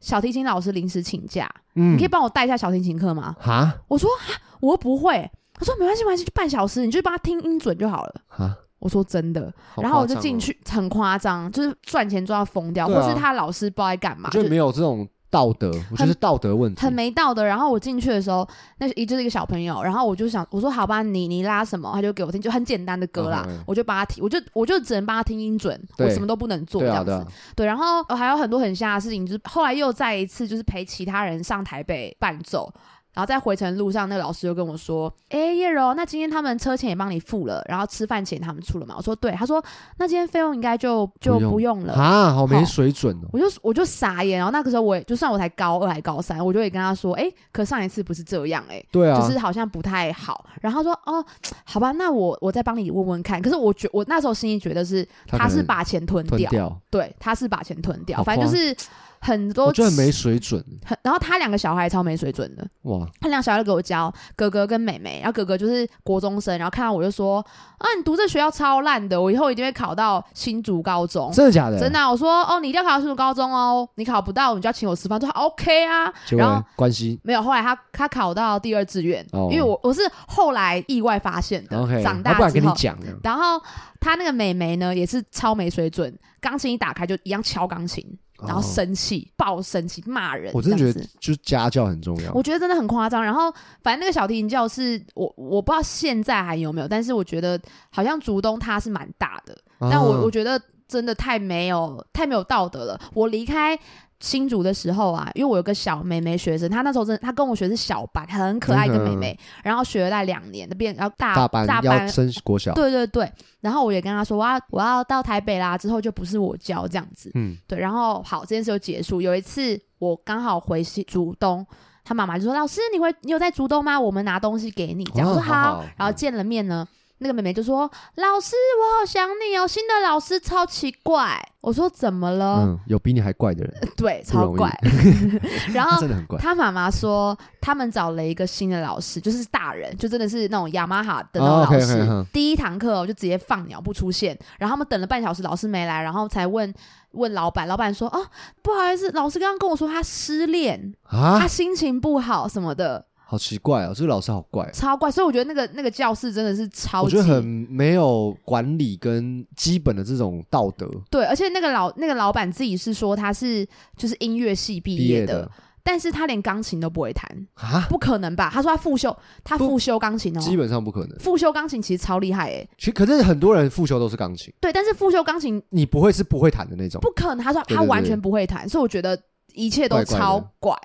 A: 小提琴老师临时请假，
B: 嗯
A: 你可以帮我带一下小提琴课吗
B: 哈？”
A: 我说：“啊，我又不会。”他说：“没关系，没关系，就半小时，你就帮他听音准就好了。
B: 哈，”
A: 我说：“真的。”
B: 好
A: 然后我
B: 夸
A: 就
B: 张
A: 进
B: 哦，
A: 去，很夸张，就是赚钱赚到疯掉，
B: 对啊
A: 或是他老师不知道在干嘛，
B: 我觉
A: 就
B: 得没有这种道德，我觉得是道德问题
A: 很，没道德。然后我进去的时候，那一就是一个小朋友，然后我就想，我说好吧，你你拉什么，他就给我听，就很简单的歌啦，
B: 嗯嗯嗯
A: 我就帮他听，我就我就只能帮他听音准，我
B: 对
A: 什么都不能做这
B: 对啊
A: 样子。
B: 对啊，
A: 对然后、呃还有很多很瞎的事情，就是后来又再一次就是陪其他人上台北伴奏。然后在回程路上，那个老师就跟我说：“哎，叶柔，那今天他们车钱也帮你付了，然后吃饭钱他们出了嘛？”我说：“对。”他说：“那今天费用应该就就
B: 不用
A: 不用了。
B: 哈，好
A: 好
B: 没水准哦，
A: 我就我就傻眼，然后那个时候我也就算我才高二还高三，我就也跟他说，哎、可上一次不是这样、诶
B: 对
A: 哎、
B: 啊
A: 就，是好像不太好。然后他说，哦，好吧，那我我再帮你问问看。可是我觉我那时候心里觉得是
B: 他
A: 他
B: 可
A: 是
B: 能
A: 把钱吞
B: 吞
A: 掉，
B: 掉，
A: 对，他是把钱吞掉，
B: 好
A: 反正就是很多
B: 我觉得很没水准，
A: 很然后他两个小孩超没水准的，
B: 哇，
A: 他两个小孩都给我教啊哥哥跟妹妹，然后哥哥就是国中生，然后看到我就说，啊，你读这学校超烂的，我以后一定会考到新竹高中。
B: 真的假的？
A: 真的、啊，我说哦，你一定要考到新竹高中哦，你考不到你就要请我吃饭，说 OK 啊。
B: 结
A: 然
B: 果
A: 后
B: 关系
A: 没有，后来他他考到第二志愿，
B: 哦
A: 因为我我是后来意外发现的
B: OK，
A: 呃长
B: 要不
A: 大
B: 然
A: 之
B: 跟你
A: 后。
B: 讲啊，
A: 然后他那个美眉呢，也是超没水准，钢琴一打开就一样敲钢琴，然后
B: 哦
A: 生气、爆生气、骂人。
B: 我真的觉
A: 这样
B: 得哦
A: 子，
B: 就是家教很重要
A: 我，觉得真的很夸张。然后反正那个小提琴教室，我我不知道现在还有没有，但是我觉得好像竹东它是蛮大的，但
B: 啊
A: 我我觉得真的太没有太没有道德了。我离开新竹的时候啊，因为我有个小妹妹学生，她那时候真的她跟我学是小班，很可爱一个妹妹，然后学了大概两年，变然后大
B: 嗯大班要升国小，
A: 对对对，然后我也跟她说，我要我要到台北啦，之后就不是我教这样子。
B: 嗯，
A: 对，然后好，这件事就结束。有一次我刚好回西竹东，他妈妈就说：“老师，你会你有在竹东吗？我们拿东西给你。”这样、
B: 哦
A: 我说
B: 好好
A: 然后见了面呢，那个妹妹就说：“老师，我好想你哦，新的老师超奇怪。”我说：“怎么了？”
B: 嗯，有比你还怪的人，
A: 对，
B: 不
A: 超
B: 容易
A: 怪。然
B: 他
A: 后
B: 真的很怪，
A: 他妈妈说，他们找了一个新的老师，就是大人，就真的是那种雅马哈的那种
B: 哦
A: 老
B: ，OK，OK，
A: 师。
B: 哼
A: 第一堂课、哦、就直接放鸟不出现，然后他们等了半小时，老师没来，然后才问问老板，老板说：“哦，不好意思，老师刚刚跟我说他失恋，他
B: 啊，
A: 心情不好什么的，
B: 好奇怪哦，这个老师好怪哦，
A: 超怪。”所以我觉得那个那个教室真的是超
B: 我
A: 级
B: 觉得很没有管理跟基本的这种道德
A: 对，而且那个老那个老板自己是说他是就是音乐系毕
B: 毕
A: 业
B: 业
A: 的，
B: 的
A: 但是他连钢琴都不会弹，
B: 啊，
A: 不可能吧？他说他复修，他
B: 不
A: 复修钢琴哦。
B: 基本上不可能。
A: 复修钢琴其实超厉害诶、欸
B: 其实可是很多人复修都是钢琴，
A: 对，但是复修钢琴
B: 你不会是不会弹的那种，
A: 不可能，他说
B: 对对
A: 他完
B: 对
A: 全不会弹，所以我觉得一切都
B: 怪怪的
A: 超怪。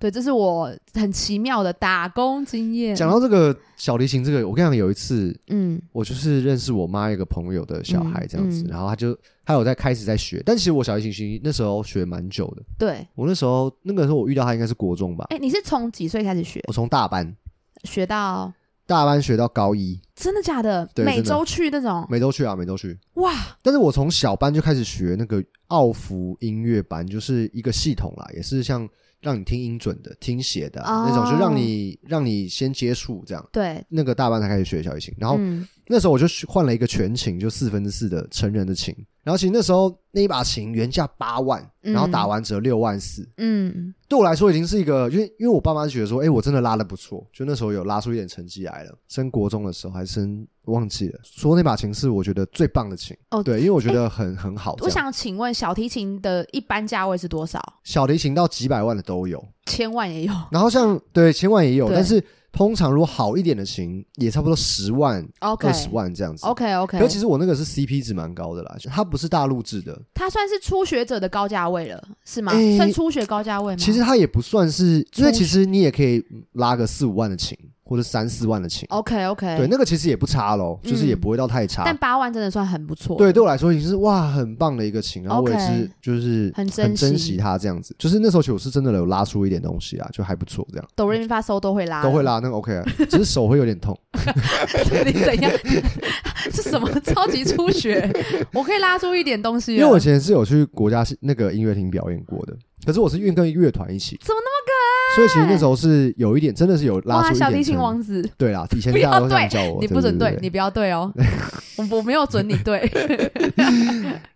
A: 对，这是我很奇妙的打工经验。
B: 讲到这个小提琴，这个我跟你讲，有一次
A: 嗯，
B: 我就是认识我妈一个朋友的小孩这样子，
A: 嗯嗯
B: 然后他就他有在开始在学，但其实我小提琴那时候学蛮久的，
A: 对，
B: 我那时候那个时候我遇到他应该是国中吧，
A: 哎、你是从几岁开始学？
B: 我从大班
A: 学到
B: 大班学到高一，
A: 真的假的？
B: 对
A: 每
B: 真的
A: 周去那种，
B: 每周去啊，每周去。
A: 哇，
B: 但是我从小班就开始学那个奥福音乐班，就是一个系统啦，也是像让你听音准的、听写的啊、
A: 哦
B: 那种，就让你让你先接触这样。
A: 对，
B: 那个大班才开始学小提琴，然后
A: 嗯，
B: 那时候我就换了一个全琴，就四分之四的成人的琴。然后其实那时候那一把琴原价八万，
A: 嗯
B: 然后打完折六万四，
A: 嗯，
B: 对我来说已经是一个，因为因为我爸妈就觉得说，哎、我真的拉的不错，就那时候有拉出一点成绩来了。升国中的时候还是升忘记了，说那把琴是我觉得最棒的琴。
A: 哦
B: 对，因为我觉得很、很好。
A: 我，想请问小提琴的一般价位是多少？
B: 小提琴到几百万的都有，
A: 千万也有，
B: 然后像对千万也有，
A: 对
B: 但是通常如果好一点的琴，也差不多十万、
A: OK，
B: 二十万这样子。
A: OK
B: 可是其
A: OK，
B: 实我那个是 CP 值蛮高的啦，它不是大陆制的，
A: 它算是初学者的高价位了，是吗？
B: 诶
A: 算初学高价位吗？
B: 其实它也不算是，因为
A: 初
B: 其实你也可以拉个四五万的琴，或者三四万的琴。
A: OK OK，
B: 对，那个其实也不差咯，就是也
A: 哦嗯
B: 不会到太差。
A: 但八万真的算很不错，
B: 对，对我来说已经是哇很棒的一个琴，然后我也
A: OK
B: 是就是
A: 很珍
B: 很珍
A: 惜
B: 惜它这样子。就是那时候其实我是真的有拉出一点东西啊，就还不错这样，
A: 哆瑞咪发嗦都会拉，
B: 都会，拉那个 OK 啊， 只是手会有点痛。
A: 你怎样？ 这什么 超级初学？我可以拉出一点东西
B: 因
A: 了，
B: 为我以前是有去国家那个音乐厅表演过的，可是我是运跟乐团一起，
A: 怎么那
B: 所以其实那时候是有一点真的是有拉
A: 哇，
B: 出一
A: 小
B: 点
A: 提琴
B: 成
A: 王子，
B: 对啦，以前
A: 不
B: 大家
A: 要
B: 都这样
A: 对
B: 叫我，
A: 你不准
B: 对
A: 对，你不要 对哦，我我没有准你对，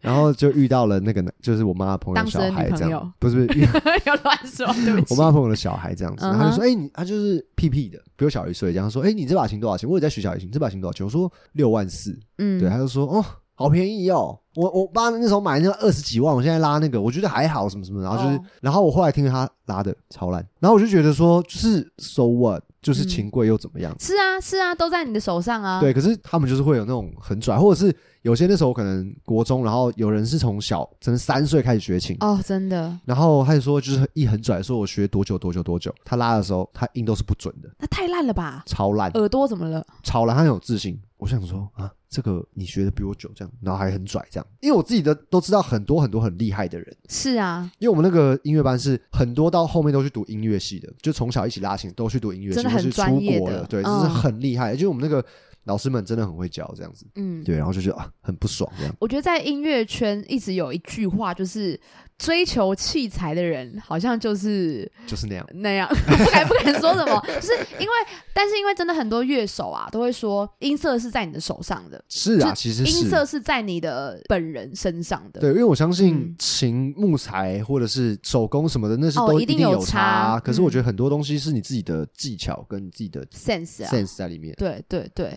B: 然后就遇到了那个男，就是我妈的朋友的
A: 当时
B: 小
A: 的
B: 孩
A: 女朋
B: 这
A: 友
B: 样，不是不是，遇
A: 要乱说，对不
B: 我
A: 起。
B: 妈朋友的小孩这样子，
A: 嗯
B: 然
A: 哼
B: 后他就说，哎，你他就是屁屁的，比我小一岁，这样说，哎，你这把琴多少钱？我也在学小提琴，这把琴多少钱？我说六万四，
A: 嗯
B: 对，他就说，哦，好便宜哦。我我爸那时候买那个二十几万，我现在拉那个，我觉得还好，什么什么，然后就是，
A: 哦
B: 然后我后来听他拉的超烂，然后我就觉得说，就是 so what，就是
A: 嗯
B: 琴贵又怎么样？
A: 是啊是啊，都在你的手上啊。
B: 对，可是他们就是会有那种很拽，或者是有些那时候可能国中，然后有人是从小真的三岁开始学琴，
A: 哦，真的，
B: 然后他就说就是一很拽，说我学多久多久多久，他拉的时候他音都是不准的，
A: 那太烂了吧？
B: 超烂，
A: 耳朵怎么了？
B: 超烂，他很有自信。我想说啊，这个你学的比我久，这样，然后还很拽，这样，因为我自己的都知道很多很多很厉害的人，
A: 是啊，
B: 因为我们那个音乐班是很多到后面都去读音乐系的，就从小一起拉琴都去读音乐系，
A: 真的
B: 或
A: 很
B: 是
A: 专
B: 出
A: 业
B: 国
A: 的
B: 了，对，就是
A: 嗯
B: 很厉害，就是我们那个老师们真的很会教这样子。
A: 嗯，
B: 对，然后就觉得啊很不爽这样。
A: 我觉得在音乐圈一直有一句话，就是追求器材的人好像就是
B: 就是那样。
A: 那样， 不敢不敢说什么，就是因为，但是因为真的很多乐手啊，都会说音色是在你的手上的，
B: 是啊，
A: 就
B: 其实
A: 音
B: 是
A: 色是在你的本人身上的。
B: 对，因为我相信
A: 嗯
B: 琴、木材或者是手工什么的，那是
A: 哦
B: 都
A: 一定
B: 定
A: 有
B: 有啊
A: 差
B: 可是我
A: 嗯
B: 觉得很多东西是你自己的技巧跟你自己的
A: sense 啊
B: sense 在里面。
A: 对对对。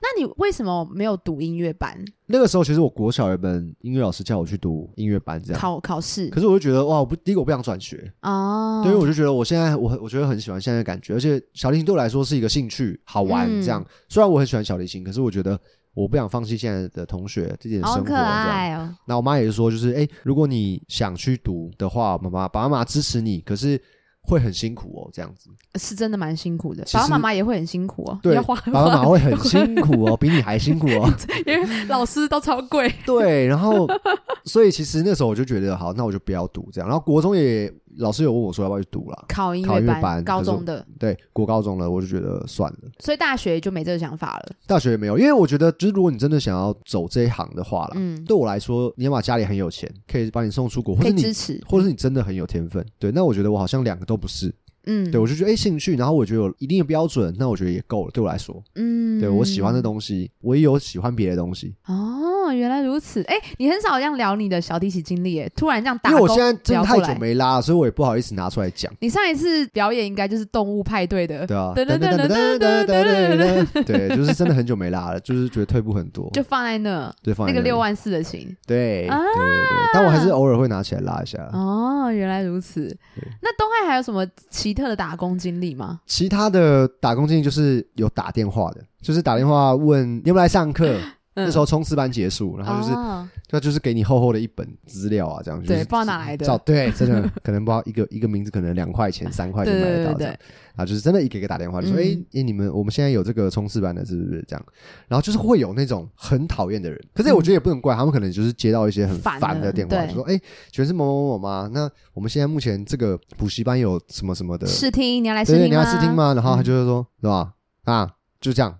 A: 那你为什么没有读音乐班
B: 那个时候，其实我国小有一本音乐老师叫我去读音乐班，这样。
A: 考考试
B: 啊可是我就觉得哇，我不第一个我不想转学，
A: 哦，
B: 对，因为我就觉得我现在我很我觉得很喜欢现在的感觉，而且小提琴对我来说是一个兴趣，好玩
A: 嗯
B: 这样。虽然我很喜欢小提琴，可是我觉得我不想放弃现在的同学这点啊
A: 好
B: 生活这
A: 可
B: 样。
A: 爱哦，
B: 那我妈也是说，就是哎、诶如果你想去读的话，妈妈爸爸妈妈支持你，可是会很辛苦哦，这样子，
A: 是真的蛮辛苦的，
B: 其实
A: 爸爸妈妈也会很辛苦哦，
B: 对
A: 要花
B: 爸爸妈妈会很辛苦哦，比你还辛苦 哦。
A: 因为老师都超贵，
B: 对，然后所以其实那时候我就觉得，好，那我就不要读这样。然后国中也老师有问我说要不要去读啦，
A: 考 音
B: 考
A: 乐
B: 音乐
A: 班
B: 班
A: 高
B: 可是我
A: 中的，
B: 对，国高中了，我就觉得算了，
A: 所以大学就没这个想法了。
B: 大学也没有，因为我觉得就是如果你真的想要走这一行的话啦，
A: 嗯，
B: 对我来说，你要么家里很有钱，可以把你送出国，或
A: 可
B: 者
A: 以
B: 你
A: 支持，
B: 或者是你真的很有天分，对，那我觉得我好像两个都不是。
A: 嗯，
B: 对，我就觉得哎、诶兴趣，然后我觉得有一定的标准，那我觉得也够了，对我来说，
A: 嗯，
B: 对我喜欢的东西，我也有喜欢别的东西，
A: 哦，原来如此。哎、你很少这样聊你的小提琴经历，耶，突然这样打
B: 因为我现
A: 勾。
B: 在真的
A: 聊
B: 太
A: 过来
B: 久没拉了，所以我也不好意思拿出来讲，
A: 你上一次表演应该就是动物派对的，
B: 对啊，
A: 噔
B: 噔噔
A: 噔噔
B: 噔噔
A: 噔噔噔
B: 噔
A: 噔
B: 噔噔，对，就是真的很久没拉了，就是觉得退步很多，
A: 就放在那
B: 对，放在
A: 那个
B: 里
A: 六，万四的琴。
B: 对对对
A: 啊
B: 对，但我还是偶尔会拿起来拉一下。
A: 哦，原来如此。那东汉还有什么奇特的打工经历吗？嗯
B: 其他的打工经历就是有打电话的，就是打电话问你有没有来上课，那时候冲刺班结束，然后就是
A: 嗯哦
B: 他就是给你厚厚的一本资料啊，这样
A: 对
B: 就是
A: 不知道哪来的
B: 照对，真的可能不知道一个一个名字，可能两块钱、三块
A: 对
B: 钱买
A: 对
B: 得
A: 对
B: 到这样
A: 对，
B: 啊，就是真的一个一个打电话，就说
A: 嗯
B: 哎、诶你们我们现在有这个冲刺班的，是不是这样？然后就是会有那种很讨厌的人，可是我觉得也不能怪他们，可能就是接到一些很
A: 烦
B: 烦
A: 了
B: 的电话，
A: 对
B: 就说哎、诶全是某某某吗？那我们现在目前这个补习班有什么什么的，
A: 试听，你要来试
B: 对对，
A: 听
B: 你要试听？吗？然后他
A: 啊嗯
B: 就会说、是吧？啊，就这 样，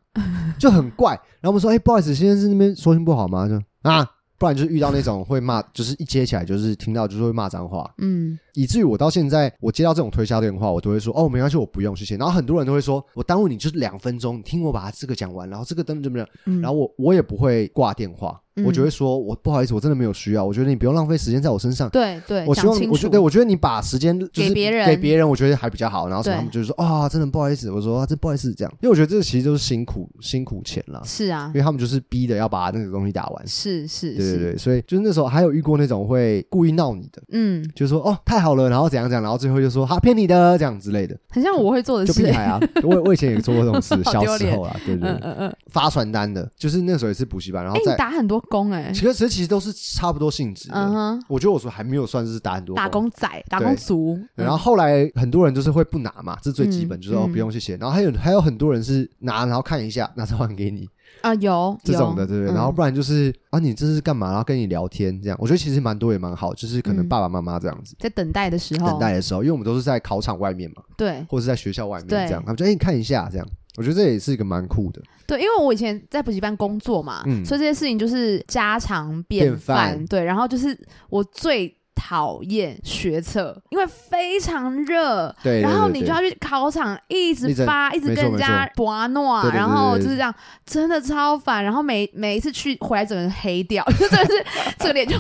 B: 就很怪。然后我们说，哎、不好意思，先生是那边收音不好吗？就啊，不然就是遇到那种会骂，就是一接起来就是听到就是会骂脏话，
A: 嗯，
B: 以至于我到现在我接到这种推销电话，我都会说，哦，没关系，我不用，谢谢。然后很多人都会说，我耽误你就是两分钟，你听我把它这个讲完，然后这个等等怎么样，
A: 嗯
B: 然后我我也不会挂电话，
A: 嗯
B: 我只会说，我不好意思，我真的没有需要，我觉得你不用浪费时间在我身上。
A: 对对，
B: 我希
A: 讲
B: 望，
A: 清
B: 我觉
A: 楚，
B: 得，我觉得你把时间就是
A: 给别人
B: 给别人，我觉得还比较好。然后什么
A: 对
B: 他们就是说啊、真的不好意思，我说啊，真不好意思这样，因为我觉得这其实都是辛苦辛苦钱啦，
A: 是啊
B: 因，为他们就是逼的要把那个东西打完。
A: 是是
B: 对
A: 是，
B: 对对，所以就是那时候还有遇过那种会故意闹你的，
A: 嗯，
B: 就是说哦太好了，然后怎样怎样，然后最后就说啊他骗你的这样之类的，
A: 很像我会做的
B: 就
A: 事
B: 屁，孩 啊！我我以前也做过这种事，
A: 好
B: 小
A: 丢
B: 时
A: 脸
B: 候啊，对对
A: 嗯
B: 对，
A: 嗯嗯，
B: 发传单的，就是那时候也是补习班，然
A: 哎
B: 后，
A: 你
B: 在
A: 打很多工 哎
B: 其，实其实其实都是差不多性质的。
A: 嗯哼，
B: 我觉得我说还没有算是打很多
A: 打
B: 工
A: 工嗯仔，打工族，嗯
B: 然后后来很多人就是会不拿嘛，这是最基本，
A: 嗯
B: 就是哦
A: 嗯
B: 不用谢谢。然后还有还有很多人是拿，然后看一下，拿着还给你
A: 啊有
B: 这种的，
A: 有
B: 对不对？
A: 嗯
B: 然后不然就是啊你这是干嘛？然后跟你聊天这样，我觉得其实蛮多也蛮好，就是可能
A: 嗯哦
B: 爸爸妈妈这样子。
A: 在等待的时候，
B: 等待的时候，因为我们都是在考场外面嘛，
A: 对
B: 或者是在学校外面
A: 对
B: 这样，他们就哎、你看一下这样，我觉得这也是一个蛮酷的。
A: 对，因为我以前在补习班工作嘛，
B: 嗯
A: 所以这些事情就是家常
B: 便
A: 便
B: 饭
A: 饭。对，然后就是我最讨厌学测，因为非常热。
B: 对，
A: 然后
B: 对
A: 你就要去考场，一
B: 一
A: 直
B: 直
A: 发，一直
B: 没错
A: 跟人
B: 没
A: 家玩闹啊
B: 对，对对
A: 然后
B: 对
A: 就是这样，真的超烦。然后每每一次去回来，整个人黑掉， 就真的是这个脸就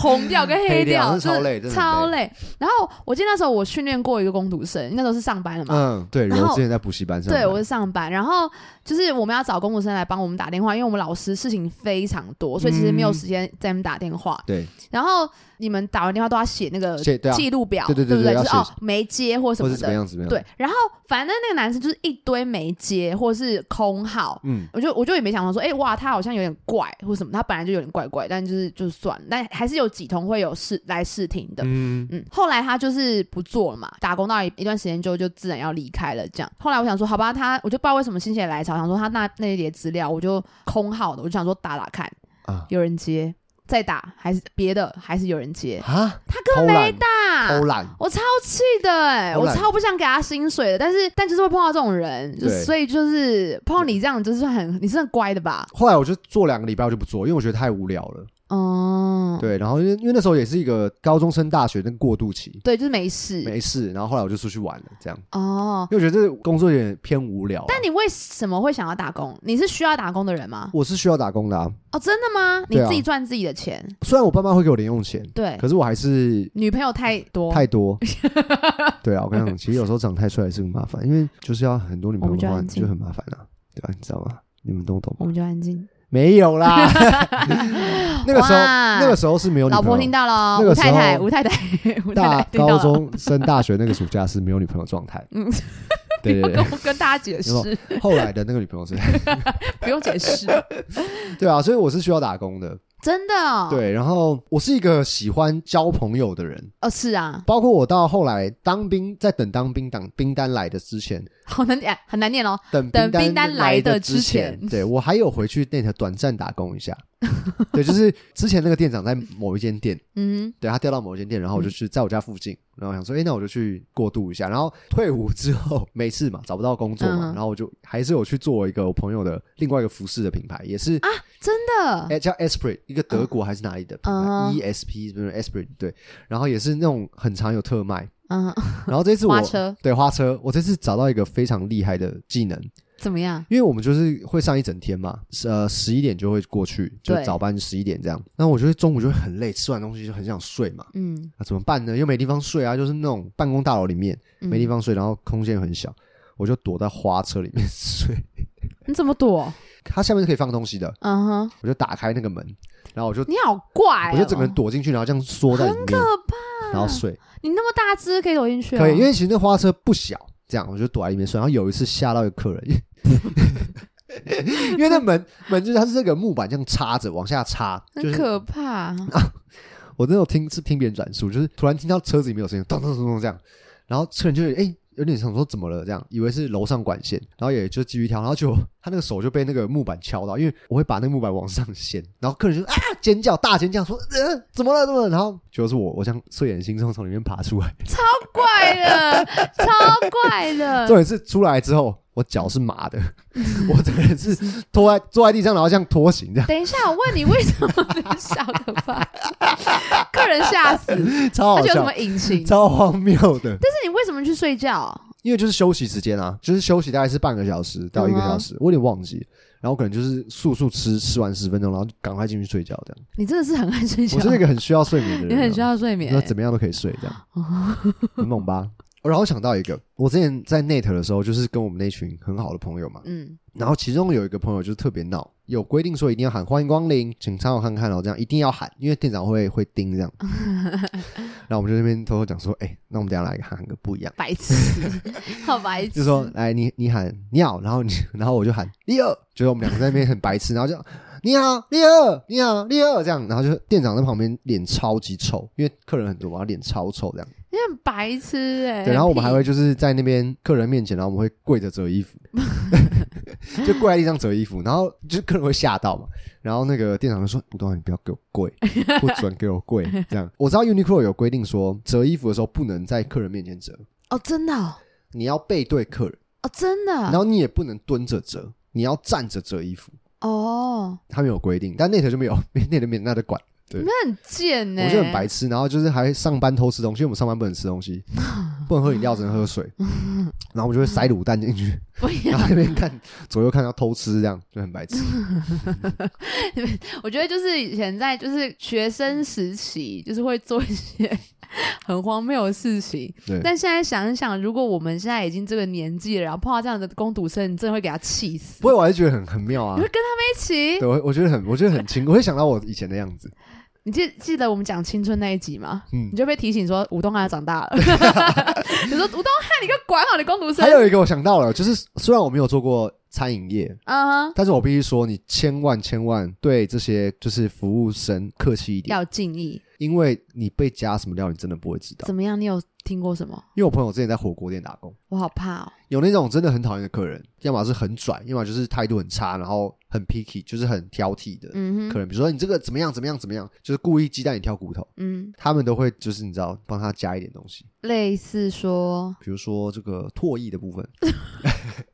A: 红掉跟
B: 黑掉
A: 掉，
B: 真的超累
A: 就
B: 真
A: 是
B: 的很
A: 超累。然后我记得那时候我训练过一个工读生，那时候是上班了嘛，
B: 嗯，对，
A: 然
B: 然后
A: 后
B: 之前在补习班上班，
A: 对，我是上班，然后就是我们要找工读生来帮我们打电话，因为我们老师事情非常多，所以其实没
B: 嗯
A: 有时间在那边打电话。
B: 对
A: 然后你们打完电话都要写那个
B: 写对啊
A: 呃记录表，
B: 对对
A: 对
B: 对
A: 不
B: 对要
A: 就是哦
B: 写
A: 没接或什
B: 或
A: 么
B: 是怎么
A: 的。
B: 样怎么样，
A: 对，，然后反正那个男生就是一堆没接或是空号，
B: 嗯，
A: 我就我就也没想到说，哎、哇，他好像有点怪或什么，他本来就有点怪怪，但就是就算了，但还是有几通会有试来试听的。
B: 嗯，
A: 嗯，后来他就是不做了嘛，打工到一一段时间之后就自然要离开了。这样，后来我想说，好吧，他我就不知道为什么心血来潮，想说他那那一叠资料我就空号的，我就想说打打看，
B: 啊
A: 有人接，再打还是别的，还是有人接，
B: 啊，
A: 他根本没打
B: 偷。懒，
A: 我超气的哎、
B: 偷
A: 我
B: 懒
A: 超不想给他薪水的，但是但就是会碰到这种人，就
B: 对
A: 所以就是碰到你这样，就是很你真的乖的吧？
B: 后来我就做两个礼拜，我就不做，因为我觉得太无聊了。
A: 哦、
B: 对，然后因为因为那时候也是一个高中升大学的过渡期，
A: 对，就是没事
B: 没事。然后后来我就出去玩了，这样，
A: 哦。
B: 因为我觉得这个工作有点偏无聊啊。
A: 但你为什么会想要打工？你是需要打工的人吗？
B: 我是需要打工的啊，
A: 哦，真的吗？你
B: 对啊
A: 自己赚自己的钱，
B: 虽然我爸妈会给我零用钱，
A: 对，
B: 可是我还是
A: 女朋友太多，
B: 太 多。对啊，我跟你讲，其实有时候长太帅也是很麻烦，因为就是要很多女朋友的
A: 我
B: 话，
A: 们
B: 你
A: 就安静
B: 就很麻烦啊，对吧、你知道吗？你们都懂吗？
A: 我们就安静。
B: 没有啦， 那个时候
A: 哇
B: 那个时候是没有女
A: 老婆
B: 朋
A: 听
B: 友。
A: 到了哦，
B: 那个
A: 吴
B: 时
A: 太太，
B: 候
A: 吴太太， 吴太
B: 大
A: 太听
B: 高
A: 到了，
B: 中升大学那个暑假是没有女朋友状态，
A: 嗯，
B: 对对
A: 跟
B: 对。
A: 我跟大家解释，
B: 有没后来的那个女朋友是，
A: 不用 解释，
B: 对啊，所以我是需要打工的，
A: 真的哦，
B: 对。然后我是一个喜欢交朋友的人，
A: 哦，是啊，
B: 包括我到后来当兵，在等当兵当兵单来的之前，
A: 好难念，很难念哦，
B: 等
A: 等
B: 单
A: 兵单
B: 来
A: 来的
B: 之
A: 之前
B: 对我还有回去那条短暂打工一下。 对，就是之前那个店长在某一间店，
A: 嗯
B: 对他调到某一间店，然后我就去在我家附近，然后想说，哎、那我就去过渡一下。然后退伍之后没事嘛，找不到工作嘛，
A: 嗯
B: 然后我就还是有去做一个我朋友的另外一个服饰的品牌，也是
A: 哼，真的，
B: 哎，叫 Esprit，一个德国还是哪里的品
A: 嗯
B: 牌
A: 哼
B: ？ESP 不是 Esprit 对，然后也是那种很常有特卖。
A: 嗯，
B: 然后这次我
A: 花车
B: 对花车，我这次找到一个非常厉害的技能，
A: 怎么样？
B: 因为我们就是会上一整天嘛，呃，十一点就会过去，就
A: 对
B: 早班十一点这样。那我觉得中午就会很累，吃完东西就很想睡嘛，
A: 嗯，
B: 那、怎么办呢？又没地方睡啊，就是那种办公大楼里面
A: 嗯
B: 没地，方睡，然后空间又很小，我就躲在花车里面睡。
A: 你怎么躲？
B: 它下面是可以放东西的，
A: 嗯哼，
B: 我就打开那个门，然后我就
A: 你好怪哦，
B: 我就整个人躲进去，然后这样缩在里面，
A: 可怕，
B: 然后睡。
A: 你那么大只可以躲进去哦，
B: 可以，因为其实那花车不小，这样我就躲在里面睡。然后有一次吓到一个客人， 因为那门门就是它是这个木板这样插着往下插，就
A: 很
B: 是
A: 可怕，
B: 我那时候听是听别人转述，就是突然听到车子里面有声音，咚咚咚咚这样，然后车人就哎。诶有点想说怎么了这样，以为是楼上管线，然后也就继续跳，然后就他那个手就被那个木板敲到，因为我会把那个木板往上掀，然后客人就啊尖叫大尖叫说呃怎么了怎么了，然后就是我我像睡眼惺忪从里面爬出来，
A: 超怪的，超怪的，嗯
B: 重点是出来之后，我脚是麻 的，我整个人是拖在坐在地上，然后像拖行这样，
A: 等一下，我问你为什么你笑可怕？ 客人吓死，
B: 超
A: 而
B: 好
A: 且有什
B: 笑
A: 么，隐情？但
B: 超荒谬的。
A: 是你为什么去睡觉？
B: 因为就是休息时间啊，就是休息大概是半个小时到一个小时，
A: 嗯
B: 我有点忘记。然后可能就是速速吃，吃完十分钟，然后就赶快进去睡觉 这样。
A: 你真的是很爱睡觉，
B: 我是一个很需要睡眠的人、
A: 你
B: 啊，
A: 很需要睡眠
B: 那。怎么样都可以睡这样，很猛 吧？然后想到一个，我之前在 Net 的时候，就是跟我们那群很好的朋友嘛，
A: 嗯，
B: 然后其中有一个朋友就是特别闹，有规定说一定要喊“欢迎光临，请参考看看”哦，这样一定要喊，因为店长会会盯这样。然后我们就在那边偷偷讲说：“哎、那我们等一下来喊个不一样。”
A: 白痴， 好白痴。
B: 就说来你你喊你好，然后你 然后我就喊你好，就是我们两个在那边很白痴，然后就你好你好你好你好这样，然后就店长在旁边脸超级臭，因为客人很多嘛，脸超臭这样。
A: 你很白痴哎、
B: 对，然后我们还
A: 屁
B: 会就是在那边客人面前，然后我们会跪着折衣服， 就跪在地上折衣服，然后就是客人会吓到嘛。然后那个店长就说：“不，你不要给我跪，不准给我跪。”这样，我知道 Uniqlo 有规定说，折衣服的时候不能在客人面前折，
A: 哦，真的哦，
B: 你要背对客人。
A: 哦真
B: 然
A: 的
B: 后你也不能蹲着折，你要站着折衣服，
A: 哦，
B: 他们有规定，但那头就没有， 那头没有那就管，对
A: 你们很贱欸呢、
B: 我就很白痴，然后就是还上班偷吃东西，因为我们上班不能吃东西，不能喝饮料，只能喝水，然后我们就会塞卤蛋进去，
A: 不一
B: 然
A: 样。
B: 后那边看左右看要偷吃，这样就很白 痴，
A: 我觉得就是以前在就是学生时期，就是会做一些 很荒谬的事情。
B: 对，
A: 但现在想一想，如果我们现在已经这个年纪了，然后碰到这样的攻读生，你真的会给他气死。
B: 不会，我还是觉得很很妙啊
A: 你会，跟他们一起？
B: 对，我我觉得很，我觉 得很亲，我会想到我以前的样子，
A: 你记记得我们讲青春那一集吗？
B: 嗯
A: 你。就被提醒说吴东汉要 长大了。你说吴东汉，你给我管好你攻读生
B: 还。有一个我想到了，就是虽然我没有做过餐饮业，
A: 嗯哼，
B: 但是我必须说，你千万千万对这些就是服务生客气一点，
A: 要敬意。
B: 因为你被加什么料，你真的不会知道。
A: 怎么样？你有听过什么？
B: 因为我朋友之前在火锅店打工，
A: 我好怕哦。
B: 有那种真的很讨厌的客人，要么是很拽，要么就是态度很差，然后很 picky，就是很挑剔的
A: 嗯
B: 客
A: 哼，
B: 人。比如说你这个怎么样怎么样怎么样，就是故意鸡蛋里挑骨头，
A: 嗯，
B: 他们都会就是你知道帮他加一点东西，
A: 类似说，
B: 比如说这个唾液的部分。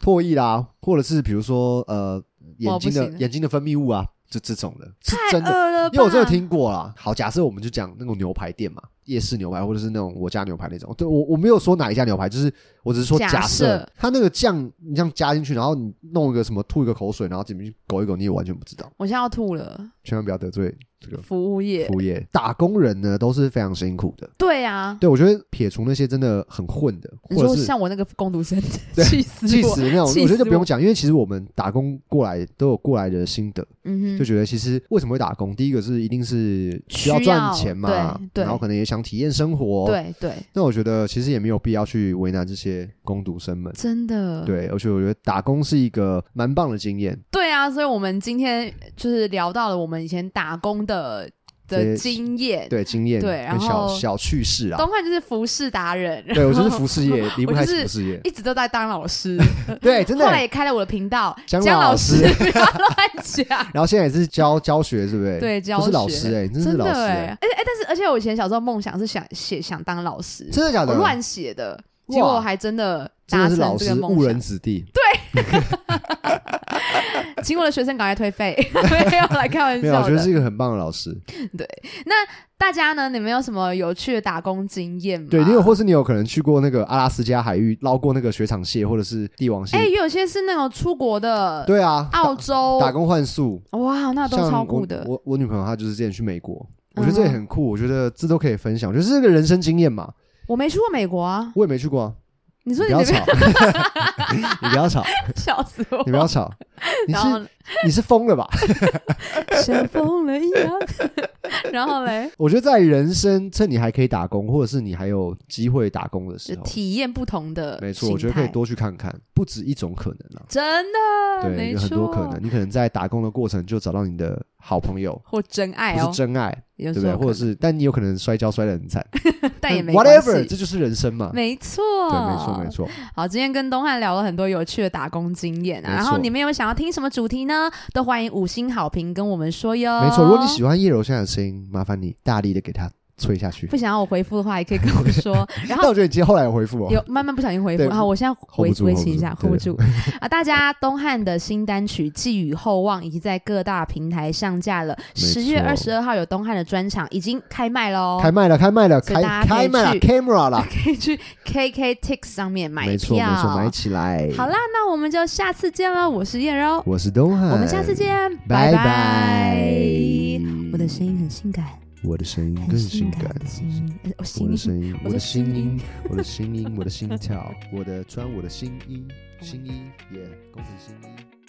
B: 唾液啦，或者是比如说呃眼睛
A: 哇
B: 的
A: 不行
B: 眼睛的分泌物啊，这这种的，是
A: 太
B: 真的
A: 饿了吧？
B: 因为我真的听过啦。好，假设我们就讲那种牛排店嘛，夜市牛排或者是那种我家牛排那种。对我我没有说哪一家牛排，就是我只是说
A: 假
B: 假设
A: 设
B: 它那个酱你这样加进去，然后你弄一个什么吐一个口水，然后进去狗一狗，你也完全不知道。
A: 我现在要吐了。
B: 千万不要得罪这个
A: 服务业，
B: 服务业打工人呢，都是非常辛苦的。
A: 对啊。
B: 对我觉得撇除那些真的很混的，
A: 你
B: 或者
A: 说
B: 是
A: 像我那个攻读生，
B: 对
A: 气死
B: 气
A: 我！
B: 死的那种，我 觉
A: 气
B: 得就
A: 死
B: 不用
A: 我
B: 讲，因为其实我们打工过来都有过来的心得。
A: 嗯
B: 就
A: 哼，
B: 觉得其实为什么会打工，第一个是一定是需要
A: 需
B: 赚
A: 要
B: 钱嘛
A: 对，对
B: 然后可能也想体验生活。，
A: 对对，
B: 那我觉得其实也没有必要去为难这些工读生们。
A: 真的，
B: 对，而且我觉得打工是一个蛮棒的经验，
A: 对啊，所以我们今天就是聊到了我们以前打工的
B: 这些
A: 的经验。
B: 对经验
A: 对
B: 跟
A: 然
B: 小
A: 后
B: 小趣事啊。
A: 东汉就是服饰达人，
B: 对我就是服饰 业离不
A: 我
B: 开
A: 就是
B: 服饰业，
A: 一直都在当老师，
B: 对， 真的
A: 后。来也开了我的频道，
B: 姜
A: 姜
B: 老
A: 老师
B: 师
A: 不要乱讲。
B: 然后现在也是教教学，是不是？
A: 对教
B: 不是老
A: 学
B: 师哎， 真是
A: 真的
B: 老师
A: 哎、
B: 哎，
A: 哎哎，但是而且我以前小时候梦想是想写想当老师，
B: 真的假
A: 我
B: 的？
A: 乱写的，
B: 哇
A: 结果还真的
B: 真
A: 达
B: 的是
A: 成
B: 老
A: 这个
B: 师
A: 梦
B: 误人
A: 想。
B: 子弟，
A: 请我的学生赶快 退费，没有来开玩
B: 没有，我
A: 笑
B: 觉得
A: 的
B: 是。一个很棒的老师。
A: 大家呢，你们有什么有趣的打工经验吗？
B: 对，你有，或是你有可能去过那个阿拉斯加海域捞过那个雪场蟹或者是帝王蟹。
A: 哎、有些是那种出国的，
B: 对啊，
A: 澳
B: 打
A: 洲
B: 打工换宿，
A: 哇，那都
B: 像
A: 超
B: 我
A: 酷的。
B: 我我女朋友她就是之前去美国，我
A: 嗯
B: 觉得这也很酷，我觉得这都可以分享，我觉得这是个人生经验嘛。
A: 我没去过美国啊，
B: 我也没去过啊，
A: 你
B: 你
A: 说
B: 不
A: 你
B: 要
A: 没
B: 吵，你不要吵，
A: 笑死我
B: 你。不要吵，你
A: 然后
B: 是你是疯了吧？
A: 像疯了一样，然后嘞，
B: 我觉得在人生趁你还可以打工，或者是你还有机会打工的
A: 就
B: 时候，
A: 体验不同的
B: 没错，我觉得
A: 形
B: 可以
A: 态
B: 多去看看，不止一种可能啊。
A: 真的，
B: 对，
A: 没
B: 有很多可
A: 错
B: 能，你可能在打工的过程就找到你的好朋友，
A: 或真爱
B: 不是
A: 哦，
B: 真爱，
A: 对
B: 对不对？或者是，但你有可能摔跤摔得很惨，
A: 但也没关系
B: ，whatever，这就是人生嘛。
A: 没错，
B: 对，没错，没。错。
A: 好，今天跟东汉聊了很多有趣的打工经验啊，
B: 没错
A: 然后你们有想要听什么主题呢？都欢迎五星好评跟我们说哟。
B: 没错，如果你喜欢叶柔现在的声音，麻烦你大力的给他催下去
A: 不。想要我回复的话，也可以跟我 说。然
B: 但
A: 后
B: 我觉得你今天后来有回复哦，
A: 有慢慢不小心回复，
B: 对
A: 然后我现在
B: hold 不
A: 维
B: 住
A: 维
B: hold
A: 持
B: 不
A: 一下
B: 住
A: ，hold 不住啊！大家东汉的新单曲《寄予厚望》已经在各大平台上架了，十月二十二号有东汉的专场已经开卖喽，
B: 开麦了，开麦了，
A: 所
B: 开
A: 以大家可以
B: 开麦了
A: 去
B: ，camera 啦，
A: 可以 去 KK Tix 上面买票。
B: 没错没错，买起来。
A: 好啦，那我们就下次见喽，我是燕柔，
B: 我是东汉，
A: 我们下次，见，
B: 拜
A: 拜
B: 拜。
A: 我的声音很性感，
B: 我的声音更
A: 很
B: 性
A: 感
B: 感
A: 的，声音，呃我
B: 我
A: 心
B: 的声音，
A: 我
B: 我的
A: 的
B: 心
A: 心
B: 音，我 的心音，我的心跳，我的穿我的新衣，新衣耶，工程新衣。